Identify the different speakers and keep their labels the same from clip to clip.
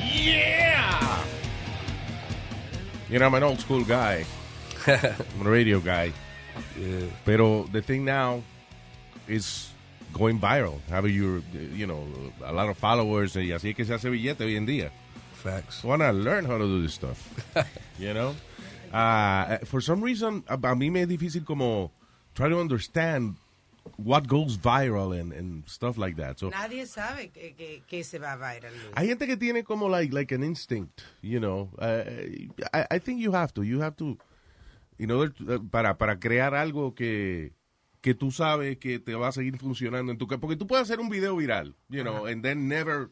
Speaker 1: Yeah! You know, I'm an old school guy. I'm a radio guy. Pero the thing now is going viral. Having your, you know, a lot of followers. Y así es que se hace billete hoy en día.
Speaker 2: Facts.
Speaker 1: So I wanna learn how to do this stuff. you know? Uh, for some reason, a, a mí me es difícil como try to understand what goes viral and, and stuff like that. So
Speaker 3: Nadie sabe que, que, que se va a viral. Luis.
Speaker 1: Hay gente que tiene como like like an instinct, you know. Uh, I, I think you have to, you have to, in order to- uh, para para crear algo que que tú sabes que te va a seguir funcionando en tu ca- porque tú puedes hacer un video viral, you know, and then never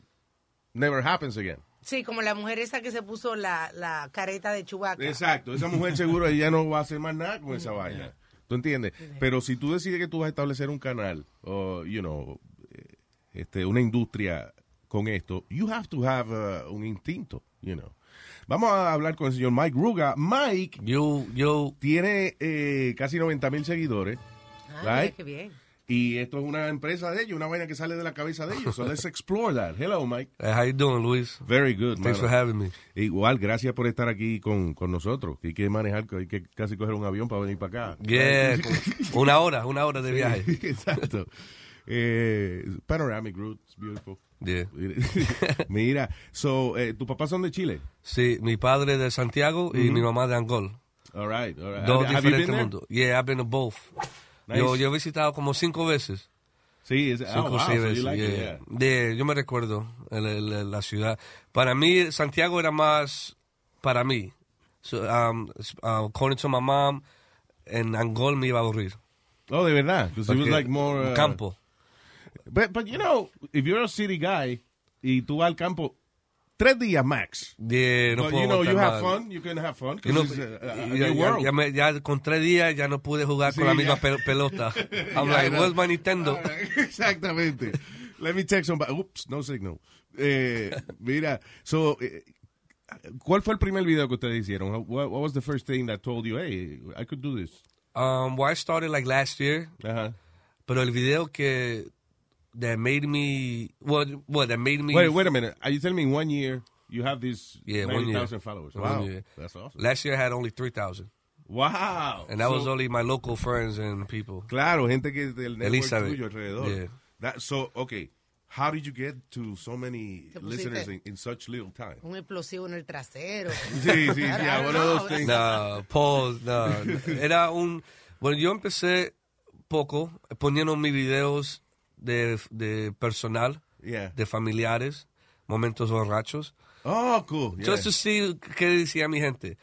Speaker 1: never happens again.
Speaker 3: Sí, como la mujer esa que se puso la, la careta de Chubaca.
Speaker 1: Exacto, esa mujer seguro ella no va a hacer más nada con esa vaina. ¿Tú entiendes? Pero si tú decides que tú vas a establecer un canal o, you know, eh, este, una industria con esto, you have to have uh, un instinto, you know. Vamos a hablar con el señor Mike Ruga. Mike
Speaker 2: Yo, yo.
Speaker 1: tiene eh, casi 90 mil seguidores,
Speaker 3: Ah, mira
Speaker 1: right?
Speaker 3: qué bien.
Speaker 1: Y esto es una empresa de ellos, una vaina que sale de la cabeza de ellos. So let's explore that. Hello, Mike.
Speaker 2: Hey, uh, how you doing, Luis?
Speaker 1: Very good,
Speaker 2: Thanks
Speaker 1: mano.
Speaker 2: for having me.
Speaker 1: Igual, gracias por estar aquí con, con nosotros. que Hay que manejar, que hay que casi coger un avión para venir para acá.
Speaker 2: Yeah, como una hora, una hora de viaje.
Speaker 1: Exacto. Eh, panoramic route, it's beautiful.
Speaker 2: Yeah.
Speaker 1: Mira, so, eh, ¿tus papás son de Chile?
Speaker 2: Sí, mi padre de Santiago y mi mamá de Angol.
Speaker 1: All right, all right.
Speaker 2: Dos
Speaker 1: Uh, Have- have you been
Speaker 2: diferentes
Speaker 1: there?
Speaker 2: mundos. Yeah, I've been to both.
Speaker 1: Nice.
Speaker 2: Yo, yo he visitado como cinco veces.
Speaker 1: Sí, es, oh,
Speaker 2: Cinco o
Speaker 1: wow, so
Speaker 2: seis
Speaker 1: you
Speaker 2: veces,
Speaker 1: like it,
Speaker 2: yeah.
Speaker 1: yeah.
Speaker 2: Yeah, yo me recuerdo el- el- la ciudad. Para mí, Santiago era más para mí. So, um, s- uh, according to my mom, en Angol me iba a aburrir.
Speaker 1: Oh, de verdad. 'cause it was
Speaker 2: Porque-
Speaker 1: like more, uh,
Speaker 2: campo.
Speaker 1: But, but, you know, if you're a city guy y tú vas al campo, tres días max.
Speaker 2: Yeah, no
Speaker 1: But,
Speaker 2: puedo
Speaker 1: you know, you
Speaker 2: aguantar
Speaker 1: have
Speaker 2: más.
Speaker 1: fun, you can have fun, 'cause
Speaker 2: You know,
Speaker 1: it's a- a- a
Speaker 2: ya,
Speaker 1: new
Speaker 2: ya-
Speaker 1: world.
Speaker 2: ya me- ya con tres días ya no pude jugar
Speaker 1: Sí,
Speaker 2: con la
Speaker 1: ya.
Speaker 2: misma pe- pelota. I'm
Speaker 1: Ya,
Speaker 2: like,
Speaker 1: ya.
Speaker 2: where's my Nintendo?
Speaker 1: Ah, Exactamente. Let me text somebody. Oops, no signal. Eh, mira, so, eh, ¿cuál fue el primer video que ustedes hicieron? What, what was the first thing that told you, hey, I could do this?
Speaker 2: Um, well, I started like last year,
Speaker 1: Ajá.
Speaker 2: pero el video que that made me, well, well that made me
Speaker 1: Wait, wait a minute. Are you telling me in one year you have these
Speaker 2: Yeah, one year.
Speaker 1: 90,000 followers?
Speaker 2: One
Speaker 1: wow,
Speaker 2: year.
Speaker 1: that's awesome.
Speaker 2: Last year I had only 3,000.
Speaker 1: Wow.
Speaker 2: And that was
Speaker 1: So,
Speaker 2: only my local friends and people.
Speaker 1: Claro, gente que es del network
Speaker 2: Elizabeth.
Speaker 1: tuyo alrededor.
Speaker 2: Yeah.
Speaker 1: That, so, okay, how did you get to so many
Speaker 3: Te pusiste-
Speaker 1: listeners in, in such little time?
Speaker 3: Un explosivo en el trasero.
Speaker 1: Sí, sí, yeah, one of those things.
Speaker 2: No, Paul, no. Era un. Bueno, yo empecé poco poniendo mis videos de, de personal,
Speaker 1: Yeah.
Speaker 2: de familiares, momentos borrachos.
Speaker 1: Oh, cool. Yeah.
Speaker 2: Just to see qué decía mi gente.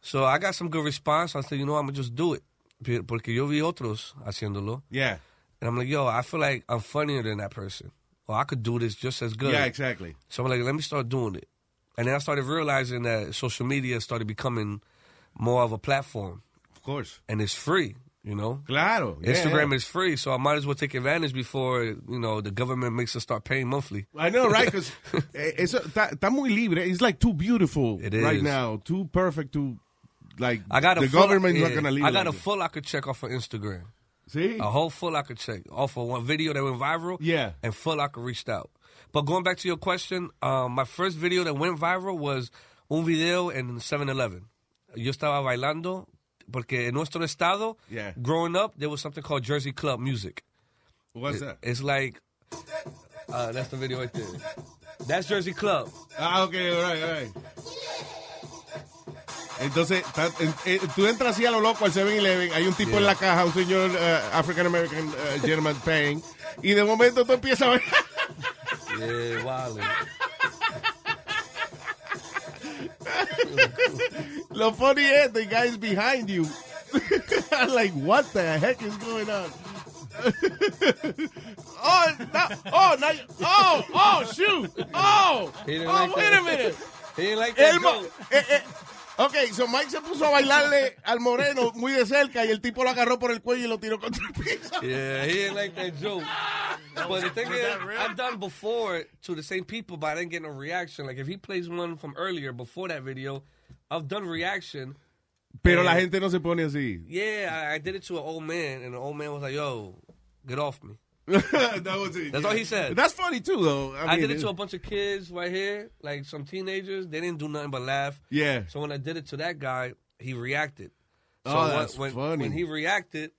Speaker 2: So I got some good response. I said, you know, I'm going to just do it. Pe- Porque yo vi otros haciéndolo.
Speaker 1: yeah.
Speaker 2: And I'm like, yo, I feel like I'm funnier than that person. Or I could do this just as good.
Speaker 1: Yeah, exactly.
Speaker 2: So I'm like, let me start doing it. And then I started realizing that social media started becoming more of a platform
Speaker 1: Of course.
Speaker 2: and it's free, you know?
Speaker 1: Claro. yeah,
Speaker 2: Instagram
Speaker 1: yeah.
Speaker 2: is free, so I might as well take advantage before, you know, the government makes us start paying monthly.
Speaker 1: I know, right? Because eso está, está muy libre. It's like too beautiful
Speaker 2: It
Speaker 1: right
Speaker 2: is.
Speaker 1: now, too perfect to like.
Speaker 2: I got a
Speaker 1: the
Speaker 2: full,
Speaker 1: government's
Speaker 2: yeah,
Speaker 1: not gonna leave.
Speaker 2: I got
Speaker 1: like
Speaker 2: a Oh. full I could check off of Instagram.
Speaker 1: that. See?
Speaker 2: A whole full I could check off of one video that went viral.
Speaker 1: Yeah.
Speaker 2: And full I could reached out. But going back to your question, um, my first video that went viral was un video en 7-Eleven. Yo estaba bailando porque en nuestro estado,
Speaker 1: Yeah.
Speaker 2: growing up, there was something called Jersey Club music.
Speaker 1: What's that?
Speaker 2: It's like, uh, that's the video right there. That's Jersey Club.
Speaker 1: Ah, okay, all right, all right. Entonces, ta- en- eh, tú entras así a lo loco al 7-Eleven, hay un tipo en la caja, un señor eh, African American eh, German paying, y de momento tú empiezas a ver.
Speaker 2: Yeah, wild.
Speaker 1: Lo funny is the guy is behind you. I'm like, what the heck is going on? oh, no, oh, no, oh, oh, shoot. Oh, oh,
Speaker 2: He
Speaker 1: wait
Speaker 2: didn't like
Speaker 1: a
Speaker 2: that.
Speaker 1: minute.
Speaker 2: He didn't like that
Speaker 1: El mo-
Speaker 2: joke.
Speaker 1: eh, eh, Ok, so Mike se puso a bailarle al moreno muy de cerca y el tipo lo agarró por el cuello y lo tiró contra el piso.
Speaker 2: Yeah, he didn't like that joke. But the thing is, I've done before to the same people, but I didn't get no reaction. Like if he plays one from earlier before that video, I've done reaction.
Speaker 1: Pero la gente no se pone así.
Speaker 2: Yeah, I, I did it to an old man, and the old man was like, "Yo, get off me."
Speaker 1: that was it.
Speaker 2: That's all he said.
Speaker 1: That's funny too, though. I,
Speaker 2: I,
Speaker 1: mean,
Speaker 2: did it to a bunch of kids right here, like some teenagers. They didn't do nothing but laugh.
Speaker 1: Yeah.
Speaker 2: So when I did it to that guy, he reacted. So
Speaker 1: Oh,
Speaker 2: when-
Speaker 1: that's
Speaker 2: when,
Speaker 1: funny.
Speaker 2: When he reacted,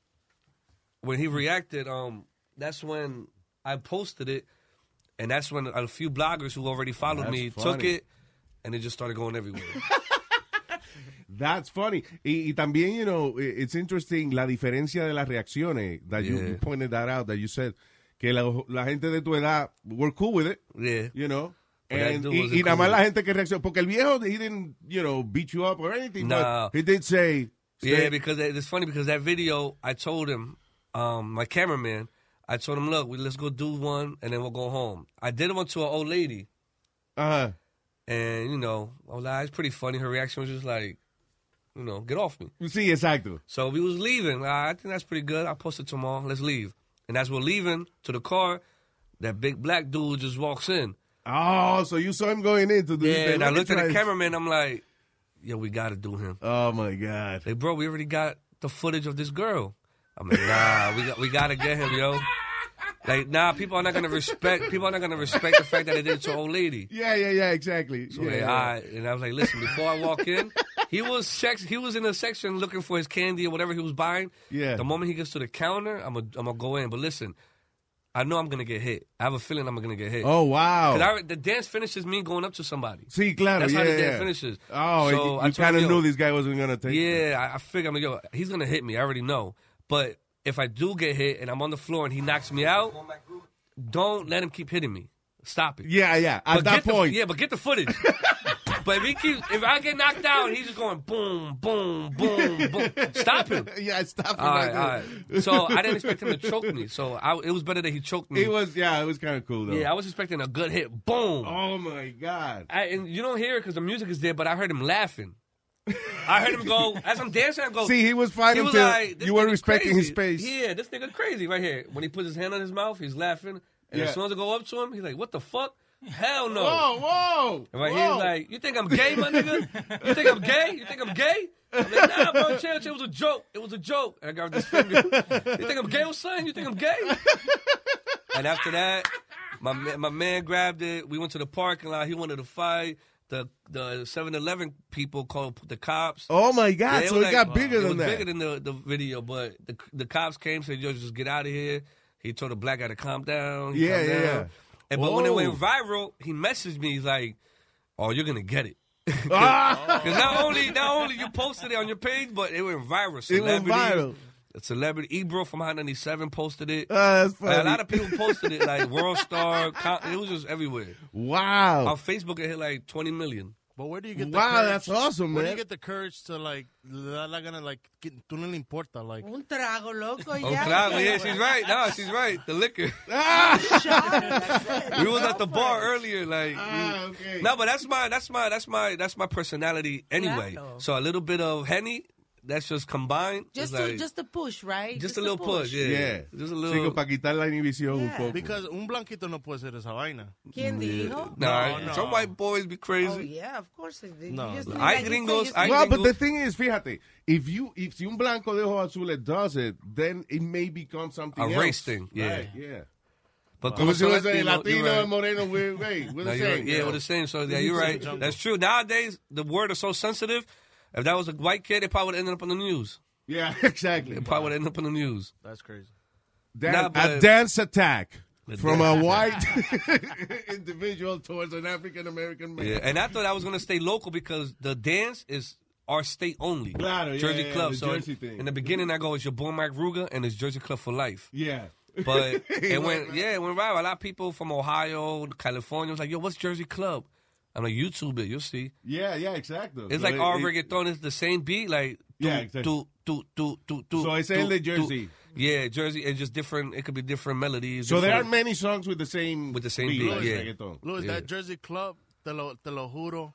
Speaker 2: when he reacted, um, that's when I posted it, and that's when a few bloggers who already followed
Speaker 1: That's
Speaker 2: me took
Speaker 1: funny.
Speaker 2: it, and it just started going everywhere.
Speaker 1: That's funny. Y, y también, you know, i- it's interesting la diferencia de las reacciones that you,
Speaker 2: Yeah.
Speaker 1: you pointed that out, that you said que la, la gente de tu edad were cool with it,
Speaker 2: yeah.
Speaker 1: you know.
Speaker 2: But that
Speaker 1: And-
Speaker 2: dude
Speaker 1: y
Speaker 2: wasn't
Speaker 1: y nada
Speaker 2: cool
Speaker 1: más
Speaker 2: with
Speaker 1: la
Speaker 2: it.
Speaker 1: gente que reaccionó, porque el viejo, he didn't, you know, beat you up or anything,
Speaker 2: No.
Speaker 1: but he did say,
Speaker 2: Yeah,
Speaker 1: say-
Speaker 2: because it- it's funny because that video I told him, um, my cameraman, I told him, look, we, let's go do one and then we'll go home. I did one to an old lady,
Speaker 1: Ajá.
Speaker 2: and you know, I was like, it's pretty funny. Her reaction was just like, you know, get off me.
Speaker 1: sí, exacto.
Speaker 2: So we was leaving. I I think that's pretty good. I'll post it tomorrow. Let's leave. And as we're leaving to the car, that big black dude just walks in.
Speaker 1: Oh, so you saw him going into the...
Speaker 2: Yeah, and I looked at the
Speaker 1: try-
Speaker 2: cameraman. I'm like, yo, we got to do him.
Speaker 1: Oh, my God.
Speaker 2: Hey, bro, we already got the footage of this girl. I'm like, nah, we got, we gotta get him, yo. Like, nah, people are not gonna respect. People are not gonna respect the fact that they did it to an old lady.
Speaker 1: Yeah, yeah, yeah, exactly.
Speaker 2: So, like,
Speaker 1: Yeah.
Speaker 2: alright. and I was like, listen, before I walk in, he was sex. He was in a section looking for his candy or whatever he was buying.
Speaker 1: Yeah.
Speaker 2: The moment he gets to the counter, I'm gonna I'm gonna go in. But listen, I know I'm gonna get hit. I have a feeling I'm gonna get hit.
Speaker 1: Oh, wow.
Speaker 2: 'Cause I- the dance finishes me going up to somebody.
Speaker 1: Sí, claro.
Speaker 2: That's
Speaker 1: yeah,
Speaker 2: how the
Speaker 1: yeah.
Speaker 2: day finishes.
Speaker 1: Oh,
Speaker 2: So,
Speaker 1: you-
Speaker 2: I
Speaker 1: you
Speaker 2: told
Speaker 1: kind of
Speaker 2: him,
Speaker 1: knew
Speaker 2: yo-
Speaker 1: this guy wasn't going to take it.
Speaker 2: Yeah, I, I figure I'm like, yo, he's gonna hit me. I already know. But if I do get hit and I'm on the floor and he knocks me out, don't let him keep hitting me. Stop it.
Speaker 1: Yeah, yeah.
Speaker 2: But
Speaker 1: At that
Speaker 2: get the-
Speaker 1: point.
Speaker 2: yeah, but get the footage. but if he keeps, if I get knocked out, he's just going boom, boom, boom, boom. Stop him.
Speaker 1: yeah, stop him
Speaker 2: All
Speaker 1: right
Speaker 2: right, all
Speaker 1: there.
Speaker 2: right. So I didn't expect him to choke me. So I, it was better that he choked me.
Speaker 1: It was, yeah, it was kind of cool, though.
Speaker 2: yeah, I was expecting a good hit. Boom.
Speaker 1: oh, my God.
Speaker 2: I, and you don't hear it because the music is there, but I heard him laughing. I heard him go as I'm dancing. I go.
Speaker 1: See, he was fine
Speaker 2: Oh, He was
Speaker 1: until
Speaker 2: like, this
Speaker 1: you were
Speaker 2: nigga
Speaker 1: respecting his
Speaker 2: crazy.
Speaker 1: space.
Speaker 2: Yeah, this nigga crazy right here. When he puts his hand on his mouth, he's laughing. And
Speaker 1: Yeah. Oh.
Speaker 2: as soon as I go up to him, he's like, "What the fuck? Hell no!"
Speaker 1: Whoa, whoa.
Speaker 2: And right
Speaker 1: whoa.
Speaker 2: here, he's like, "You think I'm gay, my nigga? You think I'm gay? You think I'm gay?" I'm like, "Nah, bro, chill, chill. It was a joke. It was a joke." And I got this finger. You think I'm gay, or son? You think I'm gay? and after that, my ma- my man grabbed it. We went to the parking lot. He wanted to fight. The the 7-Eleven people called the cops.
Speaker 1: oh, my God.
Speaker 2: Yeah,
Speaker 1: so
Speaker 2: was
Speaker 1: it
Speaker 2: like-
Speaker 1: got bigger
Speaker 2: it
Speaker 1: than
Speaker 2: was
Speaker 1: that.
Speaker 2: Bigger than the, the video, but the the cops came said, "Yo, just get out of here." He told the black guy to calm down. he
Speaker 1: Yeah,
Speaker 2: calmed
Speaker 1: yeah,
Speaker 2: down.
Speaker 1: yeah.
Speaker 2: And but when it went
Speaker 1: Whoa.
Speaker 2: viral, he messaged me. He's like, "Oh, you're gonna get it." Oh,
Speaker 1: ah,
Speaker 2: Because not only not only you posted it on your page, but it went viral.
Speaker 1: it went
Speaker 2: Celebrities-
Speaker 1: viral.
Speaker 2: A celebrity Ebro from Hot 97 posted it.
Speaker 1: Ah, that's
Speaker 2: Like,
Speaker 1: funny.
Speaker 2: a lot of people posted it, like World Star. Con- It was just everywhere.
Speaker 1: Wow.
Speaker 2: On Facebook, it hit like 20 million.
Speaker 4: But where do you get the
Speaker 1: Wow,
Speaker 4: courage?
Speaker 1: that's awesome,
Speaker 4: Where
Speaker 1: man.
Speaker 4: do you get the courage to like la la gonna like get, tú no le importa like
Speaker 3: Un trago, loco, y
Speaker 2: Oh,
Speaker 3: ya.
Speaker 2: claro. Yeah, she's right. No, she's right. The liquor. we was at the bar earlier, like.
Speaker 1: Ah, okay.
Speaker 2: No, but that's my that's my that's my that's my personality anyway.
Speaker 3: Claro.
Speaker 2: So a little bit of henny, that's just combined.
Speaker 3: Just,
Speaker 2: It's
Speaker 3: to,
Speaker 2: like-
Speaker 3: just a push, right?
Speaker 2: just a little push, yeah.
Speaker 1: Yeah.
Speaker 2: Just a
Speaker 1: Sí,
Speaker 2: little.
Speaker 1: que para quitar la inhibición
Speaker 3: Yeah.
Speaker 1: un poco.
Speaker 4: because un blanquito no puede ser esa vaina.
Speaker 3: ¿Quién dijo?
Speaker 2: Nah,
Speaker 4: No, no.
Speaker 2: some white boys be crazy.
Speaker 3: Oh, yeah, of course. it did.
Speaker 4: No.
Speaker 3: You just-
Speaker 4: Hay
Speaker 3: like you said,
Speaker 2: gringos,
Speaker 3: you
Speaker 2: hay
Speaker 3: said-
Speaker 1: Well, but
Speaker 2: gringos.
Speaker 1: the thing is, fíjate, if you if si un blanco de ojos azules does it, then it may become something
Speaker 2: A
Speaker 1: else.
Speaker 2: race thing, yeah.
Speaker 1: Right, yeah.
Speaker 2: But
Speaker 1: Como si
Speaker 2: como
Speaker 1: fuese
Speaker 2: you're
Speaker 1: latino,
Speaker 2: right.
Speaker 1: moreno, we're, hey, we're
Speaker 2: No,
Speaker 1: the
Speaker 2: you're
Speaker 1: same.
Speaker 2: right. Yeah, we're the same. So yeah, you're right. That's true. Nowadays, the word is so sensitive. If that was a white kid, it probably would ended up on the news.
Speaker 1: Yeah, exactly.
Speaker 2: It probably would ended up on the news.
Speaker 4: That's crazy.
Speaker 1: Dan-
Speaker 2: Nah,
Speaker 1: a
Speaker 2: but-
Speaker 1: dance attack
Speaker 2: A
Speaker 1: from
Speaker 2: dance
Speaker 1: a white individual towards an African American man.
Speaker 2: Yeah, and I thought I was gonna stay local because the dance is our state only.
Speaker 1: Claro, yeah,
Speaker 2: Jersey
Speaker 1: yeah,
Speaker 2: Club.
Speaker 1: the
Speaker 2: so
Speaker 1: Jersey thing.
Speaker 2: in the beginning, I go, "It's your boy Mike Ruger," and it's Jersey Club for life.
Speaker 1: Yeah.
Speaker 2: But it
Speaker 1: went
Speaker 2: went, yeah, it went viral. A lot of people from Ohio, California was like, "Yo, what's Jersey Club?" I I'm like, YouTube it, you'll see.
Speaker 1: Yeah, yeah, exacto.
Speaker 2: It's
Speaker 1: So
Speaker 2: like
Speaker 1: it-
Speaker 2: our
Speaker 1: it-
Speaker 2: reggaeton is the same beat, like tu,
Speaker 1: Yeah, exactly.
Speaker 2: tu, tu, tu, tu, tu,
Speaker 1: So it's
Speaker 2: tu,
Speaker 1: in the
Speaker 2: tu.
Speaker 1: Jersey.
Speaker 2: Yeah, Jersey, and just different. It could be different melodies.
Speaker 1: So there
Speaker 2: different-
Speaker 1: are many songs with the same
Speaker 2: With the same beat,
Speaker 1: like
Speaker 2: yeah.
Speaker 1: reggaeton.
Speaker 4: Louis,
Speaker 2: Yeah.
Speaker 4: that Jersey club, te lo, te lo juro,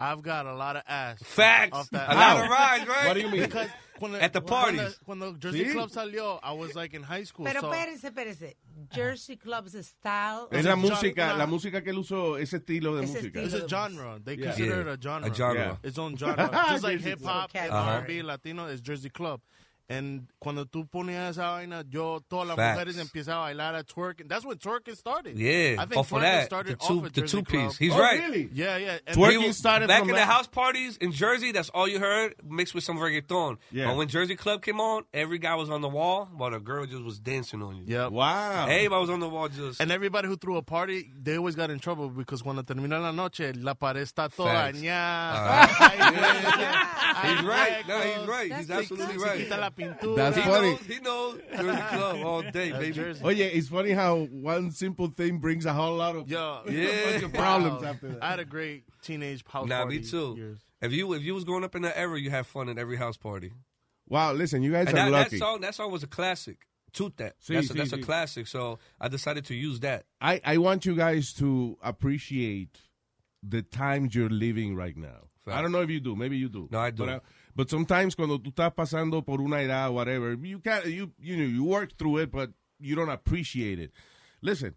Speaker 4: I've got a lot of ass.
Speaker 2: facts.
Speaker 4: Off
Speaker 2: A
Speaker 4: that
Speaker 2: lot
Speaker 1: How?
Speaker 2: of rides, right?
Speaker 1: What do you mean?
Speaker 4: Because cuando-
Speaker 2: At the parties.
Speaker 4: Cuando, cuando Jersey
Speaker 1: Sí.
Speaker 4: Club salió, I was like in high school.
Speaker 3: Pero
Speaker 4: so
Speaker 3: espérense, espérense. Jersey Club's style.
Speaker 1: Es la
Speaker 4: It's a
Speaker 1: música,
Speaker 4: genre.
Speaker 1: la música que él usó, ese estilo de
Speaker 3: Ese
Speaker 1: música.
Speaker 4: It's
Speaker 3: estilo.
Speaker 4: a genre. They
Speaker 1: Yeah.
Speaker 4: consider
Speaker 2: Yeah.
Speaker 4: it a genre.
Speaker 2: A genre.
Speaker 1: Yeah.
Speaker 4: It's own genre. Just like
Speaker 1: Jersey
Speaker 4: hip hop,
Speaker 3: Club.
Speaker 2: Ajá.
Speaker 4: R&B, Latino, it's Jersey Club. And cuando tú ponías esa vaina, yo, todas las
Speaker 2: Facts.
Speaker 4: mujeres empezaban a bailar a twerk. And that's when twerking started.
Speaker 2: Yeah,
Speaker 4: I think
Speaker 2: off of
Speaker 4: twerking
Speaker 2: that, the
Speaker 4: started
Speaker 2: two,
Speaker 4: off of
Speaker 2: the
Speaker 4: Jersey
Speaker 2: two
Speaker 4: Club.
Speaker 2: piece. He's
Speaker 1: Oh,
Speaker 2: right.
Speaker 1: really?
Speaker 4: Yeah, yeah. And
Speaker 1: Twerking
Speaker 4: we-
Speaker 1: started
Speaker 2: Back
Speaker 1: from
Speaker 2: in
Speaker 1: that.
Speaker 2: the house parties in Jersey, that's all you heard mixed with some reggaeton.
Speaker 1: Yeah.
Speaker 2: But when Jersey Club came on, every guy was on the wall, while the girl just was dancing on you.
Speaker 4: Yep.
Speaker 1: Wow.
Speaker 2: Everybody was on the wall just.
Speaker 4: And everybody who threw a party, they always got in trouble because cuando termina la noche, la pared está toda
Speaker 2: Facts.
Speaker 4: dañada.
Speaker 2: he's
Speaker 4: He's
Speaker 2: right. No, he's right. he's
Speaker 3: That's
Speaker 2: absolutely
Speaker 3: because-
Speaker 2: right.
Speaker 4: Quita la pintura.
Speaker 1: That's
Speaker 2: He
Speaker 1: funny.
Speaker 2: knows, he knows Jersey Club all day,
Speaker 4: That's
Speaker 2: baby.
Speaker 4: Jersey.
Speaker 1: Oye, it's funny how one simple thing brings a whole lot of
Speaker 4: Yo,
Speaker 2: Yeah.
Speaker 1: problems after that.
Speaker 4: I had a great teenage house
Speaker 2: Nah,
Speaker 4: party.
Speaker 2: me too.
Speaker 4: years.
Speaker 2: If you if you was growing up in that era, you had fun at every house party.
Speaker 1: Wow, listen, you guys
Speaker 2: And
Speaker 1: are
Speaker 2: that, that
Speaker 1: lucky.
Speaker 2: song, that song was a classic. Toot that.
Speaker 1: Sí,
Speaker 2: that's a,
Speaker 1: sí,
Speaker 2: that's a
Speaker 1: sí.
Speaker 2: classic. So I decided to use that.
Speaker 1: I, I want you guys to appreciate the times you're living right now.
Speaker 2: Facts.
Speaker 1: I don't know if you do. Maybe you do.
Speaker 2: No, I do.
Speaker 1: But, uh, but sometimes cuando tú estás pasando por una edad, whatever, you can you you know you work through it, but you don't appreciate it. Listen,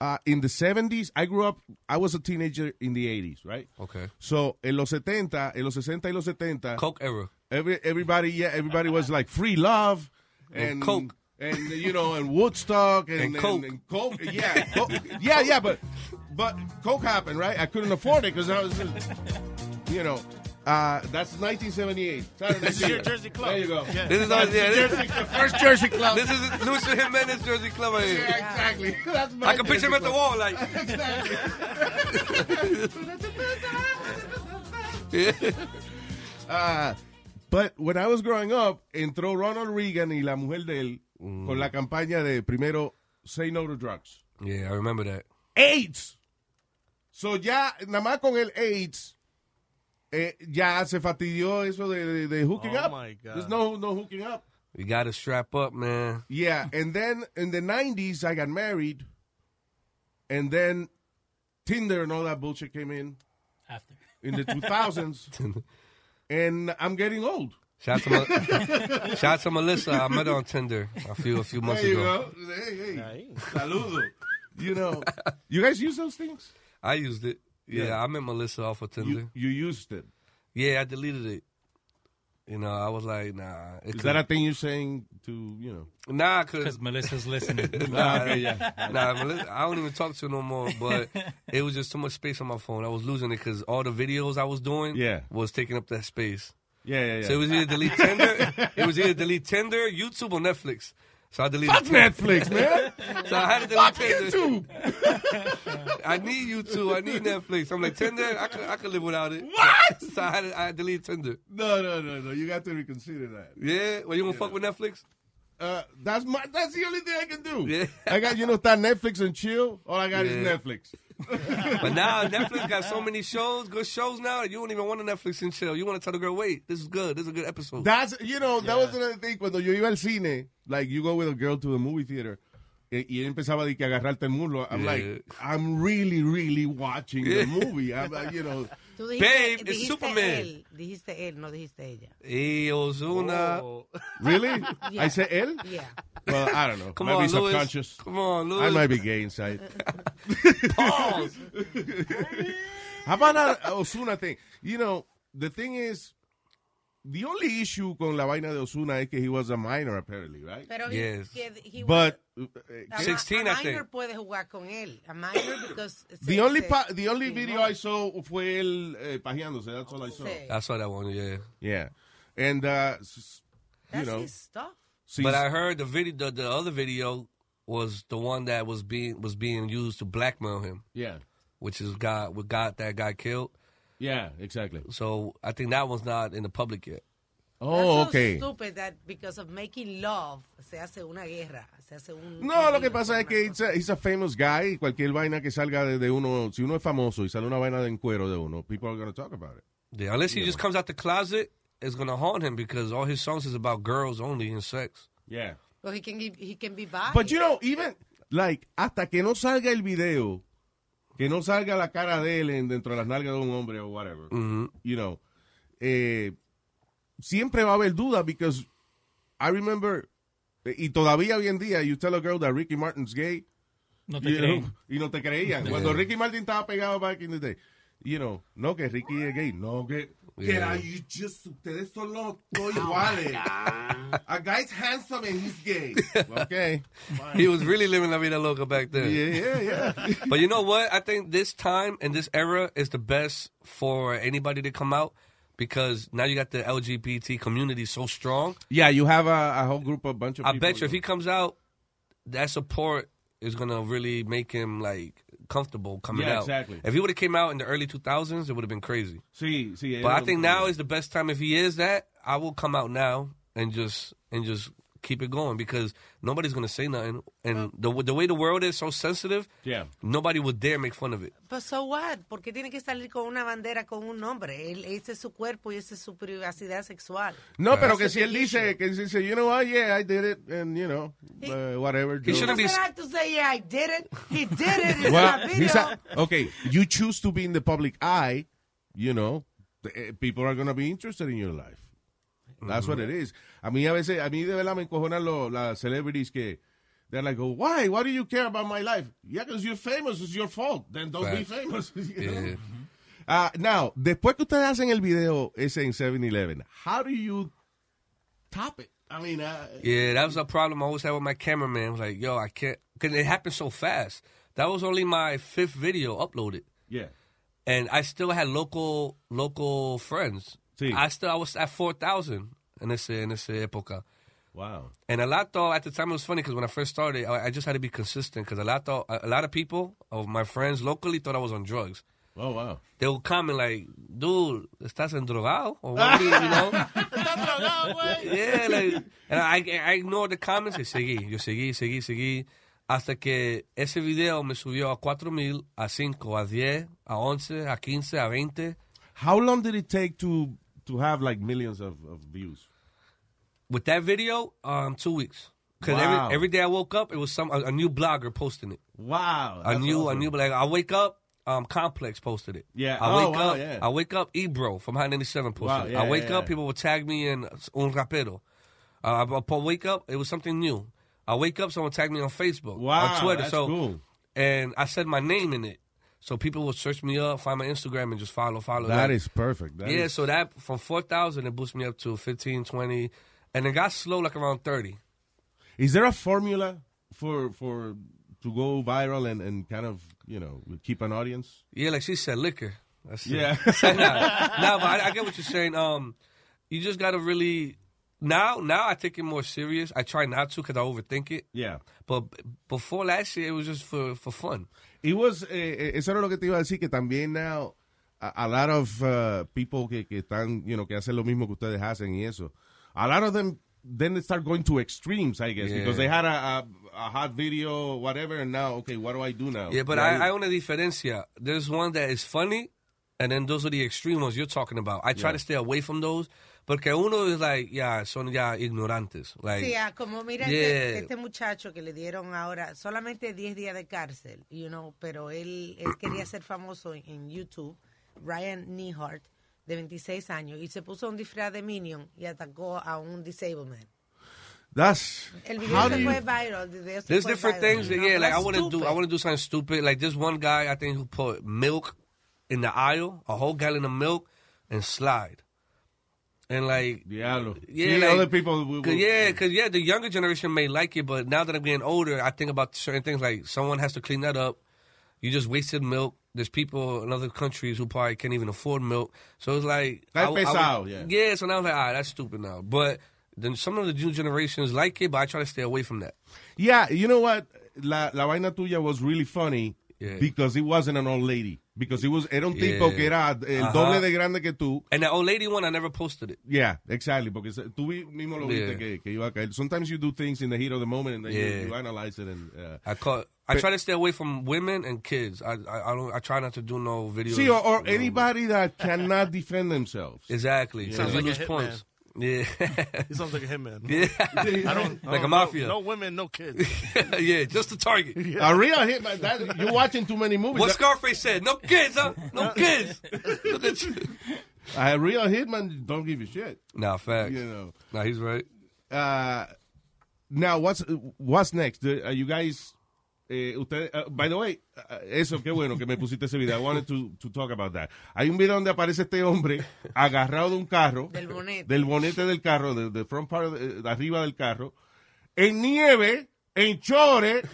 Speaker 1: uh, in the 70s, I grew up. I was a teenager in the 80s, right?
Speaker 2: Okay.
Speaker 1: So en los 70, en los 60 y los 70,
Speaker 2: Coke era.
Speaker 1: Every, everybody, yeah, everybody was like free love and,
Speaker 2: Coke.
Speaker 1: and you know, and Woodstock and,
Speaker 2: And Coke.
Speaker 1: and Coke. Yeah, Coke. yeah, yeah. But but Coke happened, right? I couldn't afford it because I was, just, you know, uh, that's 1978. Saturday
Speaker 4: This is your
Speaker 1: Night.
Speaker 4: Jersey Club.
Speaker 1: There you go.
Speaker 4: Yeah.
Speaker 2: This is all, yeah, this,
Speaker 1: The first Jersey Club.
Speaker 2: this is Lucio Jimenez Jersey Club. Right here.
Speaker 1: yeah, exactly. That's my
Speaker 2: I can picture him
Speaker 1: Jersey
Speaker 2: at the
Speaker 1: Club.
Speaker 2: wall, like.
Speaker 1: Uh, but when I was growing up, entró Ronald Reagan y la mujer de él con
Speaker 2: Mm.
Speaker 1: la campaña de primero say no to drugs.
Speaker 2: Yeah, I remember that.
Speaker 1: AIDS. So ya, nada más con el AIDS, eh, ya se fastidió eso de, de- de hooking
Speaker 4: Oh
Speaker 1: up.
Speaker 4: my God.
Speaker 1: There's no, no hooking up.
Speaker 2: You gotta strap up, man.
Speaker 1: Yeah, and then in the 90s, I got married. And then Tinder and all that bullshit came in
Speaker 5: After.
Speaker 1: in the 2000s. and I'm getting old.
Speaker 2: Shout to, Mel- shout to Melissa. I met her on Tinder a few a few months
Speaker 1: There you
Speaker 2: ago.
Speaker 1: go. Hey, hey. Saludo. You know, you guys use those things?
Speaker 2: I used it. Yeah,
Speaker 1: Yeah.
Speaker 2: I met Melissa off of Tinder.
Speaker 1: You, you used it.
Speaker 2: Yeah, I deleted it. You know, I was like, nah. It
Speaker 1: Is
Speaker 2: could-
Speaker 1: that a thing you're saying to, you know?
Speaker 2: nah, cause
Speaker 5: Because Melissa's listening.
Speaker 2: nah, nah, Melissa, I don't even talk to her no more. But it was just too much space on my phone. I was losing it because all the videos I was doing
Speaker 1: Yeah.
Speaker 2: was taking up that space.
Speaker 1: Yeah, yeah, yeah.
Speaker 2: So it was either delete Tinder, it was either delete Tinder, YouTube, or Netflix. So I deleted
Speaker 1: Fuck
Speaker 2: Tinder.
Speaker 1: Netflix, man.
Speaker 2: So I had to delete Tinder.
Speaker 1: YouTube.
Speaker 2: I need YouTube. I need Netflix. I'm like Tinder. I could, I could live without it. What? So I had to, I deleted Tinder.
Speaker 1: No, no, no, no. You got to reconsider that.
Speaker 2: Yeah. Well, you gonna fuck with Netflix?
Speaker 1: Uh, that's my. That's the only thing I can do.
Speaker 2: Yeah.
Speaker 1: I got you know that Netflix and chill. All I got is
Speaker 2: Yeah.
Speaker 1: Netflix.
Speaker 2: But now Netflix got so many shows, good shows now. that You don't even want a Netflix and chill. You want to tell the girl, wait, this is good. This is a good episode.
Speaker 1: That's you know that was another thing. Cuando yo iba al cine, like you go with a girl to the movie theater. eh, Y él empezaba de que agarrarte el muslo. I'm
Speaker 2: Yeah.
Speaker 1: like, I'm really, really watching the movie. I'm like, you know,
Speaker 3: Tú dijiste,
Speaker 2: Babe, it's
Speaker 3: dijiste
Speaker 2: Superman.
Speaker 3: él, dijiste él, no dijiste ella.
Speaker 2: hey, Ozuna.
Speaker 1: Oh. really? I
Speaker 3: Yeah.
Speaker 1: said él?
Speaker 3: Yeah.
Speaker 1: Well, I don't know.
Speaker 2: Come
Speaker 1: might
Speaker 2: on,
Speaker 1: be
Speaker 2: Louis.
Speaker 1: subconscious.
Speaker 2: Come on, Louis.
Speaker 1: I might be gay inside. How about that Osuna thing? You know, the thing is, the only issue con la vaina de Osuna es que he was a minor, apparently, right?
Speaker 3: Pero
Speaker 2: Yes.
Speaker 3: he, que- he
Speaker 1: But uh,
Speaker 3: was- a ma-
Speaker 2: 16,
Speaker 3: a
Speaker 2: I
Speaker 3: minor
Speaker 2: think.
Speaker 3: puede jugar con él. A minor because
Speaker 1: the
Speaker 3: se-
Speaker 1: only
Speaker 3: se-
Speaker 1: pa- the only
Speaker 3: sí,
Speaker 1: video
Speaker 3: no.
Speaker 1: I saw fue él eh, pajeándose. That's all I saw.
Speaker 3: Sí.
Speaker 2: I saw that one. Yeah.
Speaker 1: Yeah, and uh, s- you
Speaker 3: That's
Speaker 1: know,
Speaker 3: his stuff.
Speaker 1: since-
Speaker 2: But I heard the video, the, the other video was the one that was being was being used to blackmail him,
Speaker 1: yeah,
Speaker 2: which is God, with God that got killed.
Speaker 1: yeah, exactly.
Speaker 2: So I think that one's not in the public yet.
Speaker 1: Oh,
Speaker 3: That's
Speaker 1: okay.
Speaker 3: So stupid that because of making love se hace una guerra, se hace un.
Speaker 1: No, lo que
Speaker 3: conflicto,
Speaker 1: pasa es
Speaker 3: una
Speaker 1: que he's
Speaker 3: cosa.
Speaker 1: a, he's a famous guy. y Cualquier vaina que salga de, de uno, si uno es famoso y sale una vaina de en cuero de uno, people are going to talk about it.
Speaker 2: Yeah, unless he just comes out the closet, it's gonna haunt him because all his songs is about girls only and sex.
Speaker 1: Yeah.
Speaker 3: But he can, give- he can be bi.
Speaker 1: But you know, even, like, hasta que no salga el video, que no salga la cara de él en- dentro de las nalgas de un hombre o whatever, you know, eh, siempre va a haber duda because I remember, eh, y todavía hoy en día, you tell a girl that Ricky Martin's gay,
Speaker 5: No te
Speaker 1: you
Speaker 5: creen.
Speaker 1: know, y no te creían. Cuando Ricky Martin estaba pegado back in the day, you know, no que Ricky es gay, no que... Que
Speaker 2: Yeah.
Speaker 1: la- you just- ustedes son los dos iguales. A guy's handsome and he's gay. Okay.
Speaker 2: He was really living la vida loca back then.
Speaker 1: Yeah, yeah, yeah.
Speaker 2: But you know what? I think this time and this era is the best for anybody to come out because now you got the LGBT community so strong.
Speaker 1: Yeah, you have a, a whole group of bunch of
Speaker 2: I
Speaker 1: people.
Speaker 2: bet you if he comes out, that support is gonna really make him like comfortable coming
Speaker 1: Yeah,
Speaker 2: out.
Speaker 1: exactly.
Speaker 2: If he would have came out in the early 2000s, it would have been crazy.
Speaker 1: Sí, sí.
Speaker 2: But I think now is the best time. If he is that, I will come out now and just and just keep it going because nobody's gonna say nothing. And the the way the world is so sensitive,
Speaker 1: Yeah.
Speaker 2: nobody would dare make fun of it.
Speaker 3: But so what? ¿Por qué tiene que salir con una bandera con un nombre? Él- ese es su cuerpo y esa es su privacidad sexual.
Speaker 1: No, pero que si él dice, que si dice, you know what, yeah, I did it, and you know, uh, whatever.
Speaker 2: He
Speaker 1: yo-
Speaker 2: shouldn't
Speaker 3: Doesn't
Speaker 2: be-
Speaker 3: have to say, yeah, I did it. He did it. It's
Speaker 1: Well,
Speaker 3: my
Speaker 1: he's
Speaker 3: video.
Speaker 1: a- okay, you choose to be in the public eye, you know, the- eh, people are going to be interested in your life. That's what it is. A mí a veces, a mí de verdad me encojonan lo- las celebrities que, they're like, oh, why? Why do you care about my life? Yeah, because you're famous, it's your fault. Then don't be
Speaker 2: Facts. Eh.
Speaker 1: famous. you know?
Speaker 2: Yeah.
Speaker 1: Ah, now, después que ustedes hacen el video ese en 7-Eleven, how do you top it? I mean, uh,
Speaker 2: Yeah, that was a problem I always had with my cameraman. I was like, yo, I can't, because it happened so fast. That was only my fifth video uploaded,
Speaker 1: yeah.
Speaker 2: and I still had local local friends.
Speaker 1: Sí.
Speaker 2: I still I was at four thousand in this in this época.
Speaker 1: Wow.
Speaker 2: And a lot though at the time it was funny because when I first started, I, I just had to be consistent because a lot though a lot of people of my friends locally thought I was on drugs.
Speaker 1: Oh, wow.
Speaker 2: They would comment like, "Dude, estás en drogado?" Or what do you, you know? yeah, like, and I, I ignored the comments y seguí, yo seguí, seguí, seguí, hasta que ese video me subió a 4000, a 5, a 10, a 11, a 15, a 20.
Speaker 1: How long did it take to to have like millions of, of views?
Speaker 2: With that video, um, two weeks. Because
Speaker 1: Wow.
Speaker 2: every, every day I woke up, it was some a, a new blogger posting it.
Speaker 1: Wow.
Speaker 2: I knew, I knew, but like I wake up, um, Complex posted it.
Speaker 1: Yeah.
Speaker 2: I
Speaker 1: Oh,
Speaker 2: wake
Speaker 1: wow,
Speaker 2: up,
Speaker 1: yeah.
Speaker 2: I wake up, Ebro from High 97 posted
Speaker 1: Wow,
Speaker 2: it.
Speaker 1: yeah,
Speaker 2: I wake
Speaker 1: yeah,
Speaker 2: up,
Speaker 1: yeah.
Speaker 2: people would tag me in Un Rapero. Uh, I, I wake up, it was something new. I wake up, someone tagged me on Facebook,
Speaker 1: Wow,
Speaker 2: on Twitter.
Speaker 1: that's
Speaker 2: so,
Speaker 1: cool.
Speaker 2: and I said my name in it, so people would search me up, find my Instagram, and just follow, follow.
Speaker 1: That is perfect. That
Speaker 2: yeah.
Speaker 1: is-
Speaker 2: So that from four thousand, it boosted me up to 15, 20, and it got slow like around thirty.
Speaker 1: is there a formula for for to go viral and, and kind of you know keep an audience?
Speaker 2: Yeah, like she said, liquor. That's it.
Speaker 1: Yeah.
Speaker 2: nah, nah, but I, I get what you're saying. Um, you just gotta really now. Now I take it more serious. I try not to because I overthink it.
Speaker 1: Yeah.
Speaker 2: But b- before last year, it was just for for fun.
Speaker 1: It was, eh, eh, eso era lo que te iba a decir, que también now, a, a lot of uh, people que, que están, you know, que hacen lo mismo que ustedes hacen y eso, a lot of them then they start going to extremes, I guess,
Speaker 2: Yeah.
Speaker 1: because they had a, a, a hot video, whatever, and now, okay, what do I do now?
Speaker 2: Yeah, but
Speaker 1: Now
Speaker 2: I, I
Speaker 1: Oh, you-
Speaker 2: own a diferencia. There's one that is funny, and then those are the extreme ones you're talking about. I try
Speaker 1: Yeah.
Speaker 2: to stay away from those. But que uno is like, yeah, son ya ignorantes. Like,
Speaker 3: Sí, ah, como mira este,
Speaker 2: Yeah.
Speaker 3: este muchacho que le dieron ahora solamente 10 días de cárcel, you know, pero él, él quería ser famoso en, en YouTube, Ryan Nehart, de 26 años, y se puso un disfraz de Minion y atacó a un disabled man.
Speaker 1: That's,
Speaker 3: El
Speaker 1: how
Speaker 3: video
Speaker 1: do
Speaker 3: se
Speaker 1: you-
Speaker 3: fue viral. el video se
Speaker 2: There's
Speaker 3: fue
Speaker 2: different
Speaker 3: viral,
Speaker 2: things.
Speaker 3: you
Speaker 2: That,
Speaker 3: know,
Speaker 2: yeah, like I
Speaker 3: that's
Speaker 2: wouldn't do. I
Speaker 3: stupid.
Speaker 2: wouldn't do something stupid. Like this one guy, I think who put milk in the aisle, a whole gallon of milk, and slide. And like,
Speaker 1: Diablo.
Speaker 2: yeah,
Speaker 1: See,
Speaker 2: like,
Speaker 1: other people will-
Speaker 2: Cause,
Speaker 1: will-
Speaker 2: yeah, because yeah, the younger generation may like it, but now that I'm getting older, I think about certain things. Like someone has to clean that up. You just wasted milk. There's people in other countries who probably can't even afford milk. So it's like
Speaker 1: That
Speaker 2: w-
Speaker 1: pays
Speaker 2: would-
Speaker 1: out,
Speaker 2: yeah. So now I was like, ah, that's stupid now. But then some of the new generations like it, but I try to stay away from that.
Speaker 1: Yeah, you know what? La, la vaina tuya was really funny.
Speaker 2: Yeah.
Speaker 1: because it wasn't an old lady. Because it was, era un tipo
Speaker 2: Yeah.
Speaker 1: que era el
Speaker 2: Ajá.
Speaker 1: doble de grande que tú.
Speaker 2: And the old lady one, I never posted it.
Speaker 1: Yeah, exactly. Porque se- tú vi- mismo lo viste
Speaker 2: Yeah.
Speaker 1: que, que iba a caer. Sometimes you do things in the heat of the moment and then
Speaker 2: Yeah.
Speaker 1: you, you analyze it. And, uh,
Speaker 2: I caught. I try to stay away from women and kids. I I, I don't. I try not to do no videos.
Speaker 1: see, or, or
Speaker 2: you know,
Speaker 1: anybody that cannot defend themselves.
Speaker 2: Exactly.
Speaker 4: Sounds
Speaker 2: You
Speaker 4: like a
Speaker 2: lose
Speaker 4: hitman.
Speaker 2: points. Yeah.
Speaker 4: He sounds like a hitman.
Speaker 2: yeah.
Speaker 4: I don't, I
Speaker 2: Like a
Speaker 4: don't-
Speaker 2: mafia.
Speaker 4: No, no women, no kids.
Speaker 2: yeah. Just the target.
Speaker 1: A real hit, man, that, you're watching too many movies.
Speaker 2: What Scarface said? No kids, huh? No kids. Look at you.
Speaker 1: a real hitman don't give a shit.
Speaker 2: Nah, facts.
Speaker 1: You know.
Speaker 2: Nah, he's right.
Speaker 1: Uh, now, what's what's next? Uh, Are you guys? eh, usted- uh, by the way, uh, eso qué bueno que me pusiste ese video. I wanted to, to talk about that. Hay un video donde aparece este hombre agarrado de un carro,
Speaker 3: Del bonete.
Speaker 1: del bonete del carro, de, de front part, of the- de arriba del carro, en nieve, en chores,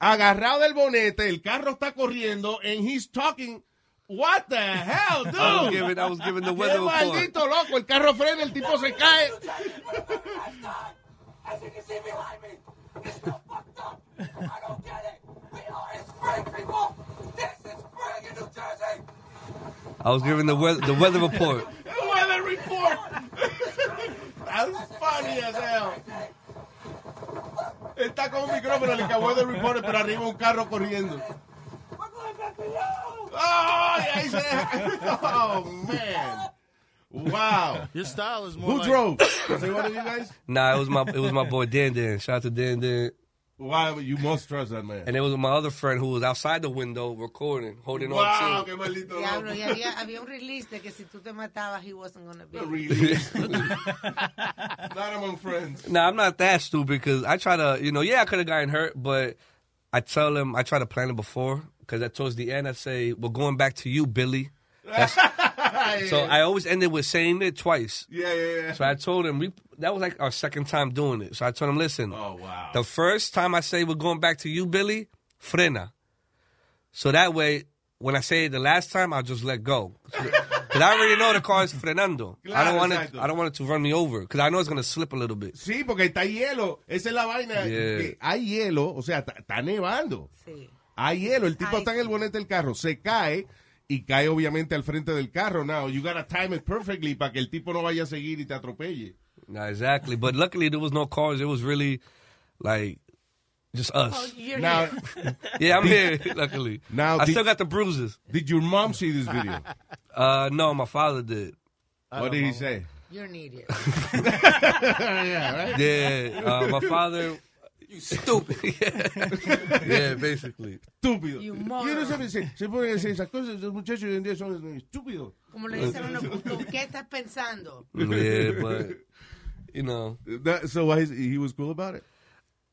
Speaker 1: agarrado del bonete, el carro está corriendo, and he's talking. What the hell, dude?
Speaker 2: I was giving, I was giving the
Speaker 1: ¡Qué
Speaker 2: weather report.
Speaker 1: maldito loco! El carro frena, el tipo se cae.
Speaker 5: As you can see behind me, it's so fucked up. I don't get it. We are in spring, people. This is spring in New Jersey.
Speaker 2: I was giving the weather, the weather report.
Speaker 1: The weather report. That's funny as hell. Está con un micrófono, le cagó de report, pero arriba un carro corriendo.
Speaker 5: We're going back to you.
Speaker 1: ¡Ay! Ahí se deja. ¡Oh, man! ¡Wow!
Speaker 4: Your style is more
Speaker 1: Who
Speaker 4: like...
Speaker 1: drove? Was it one of you guys?
Speaker 2: Nah, it was my it was my boy Dan Dan. Shout out to Dan Dan.
Speaker 1: Wow, you must trust that man.
Speaker 2: And it was my other friend who was outside the window recording, holding
Speaker 1: ¡Wow!
Speaker 2: on to.
Speaker 1: ¡Qué maldito
Speaker 3: Diablo, y
Speaker 1: loco!
Speaker 3: había, había un release de que si tú te matabas, he wasn't gonna be.
Speaker 1: Release. Not among friends.
Speaker 2: Nah, I'm not that stupid because I try to, you know, yeah, I could have gotten hurt, but I tell him I try to plan it before because towards the end I say we're going back to you, Billy. That's, so I always ended with saying it twice.
Speaker 1: Yeah, yeah, yeah.
Speaker 2: So I told him we that was like our second time doing it. So I told him, listen,
Speaker 1: Oh, wow.
Speaker 2: the first time I say we're going back to you, Billy, frena. So that way, when I say it the last time, I'll just let go. Because I already know the car is frenando. I
Speaker 1: Claro,
Speaker 2: don't want it.
Speaker 1: exacto.
Speaker 2: I don't want it to run me over because I know it's gonna slip a little bit.
Speaker 1: Sí, porque está hielo. Esa es la vaina.
Speaker 2: Yeah.
Speaker 1: que hay hielo, o sea, está- está nevando.
Speaker 3: Sí.
Speaker 1: Hay hielo. El tipo
Speaker 3: Ay,
Speaker 1: está en el
Speaker 3: sí.
Speaker 1: bonete del carro, se cae y cae obviamente al frente del carro. Now, you gotta time it perfectly para que el tipo no vaya a seguir y te atropelle.
Speaker 2: Nah, exactly. But luckily, there was no cars. It was really like just us.
Speaker 3: Oh, You're
Speaker 1: Now,
Speaker 2: Yeah, I'm here. Luckily,
Speaker 1: Now,
Speaker 2: I
Speaker 1: did-
Speaker 2: still got the bruises.
Speaker 1: did your mom see this video?
Speaker 2: Uh, no, my father did.
Speaker 1: What did he say?
Speaker 3: You're an idiot.
Speaker 2: Yeah, uh, my father. You stupid. yeah. yeah, basically.
Speaker 1: Estúpido.
Speaker 3: You
Speaker 1: Yo
Speaker 3: moron.
Speaker 1: no sé, se, se ponen a decir esas cosas. Los muchachos hoy en día son estúpidos.
Speaker 3: Como le dicen a uno, ¿con qué estás pensando?
Speaker 2: Yeah, but you know,
Speaker 1: That- so why is- he was cool about it?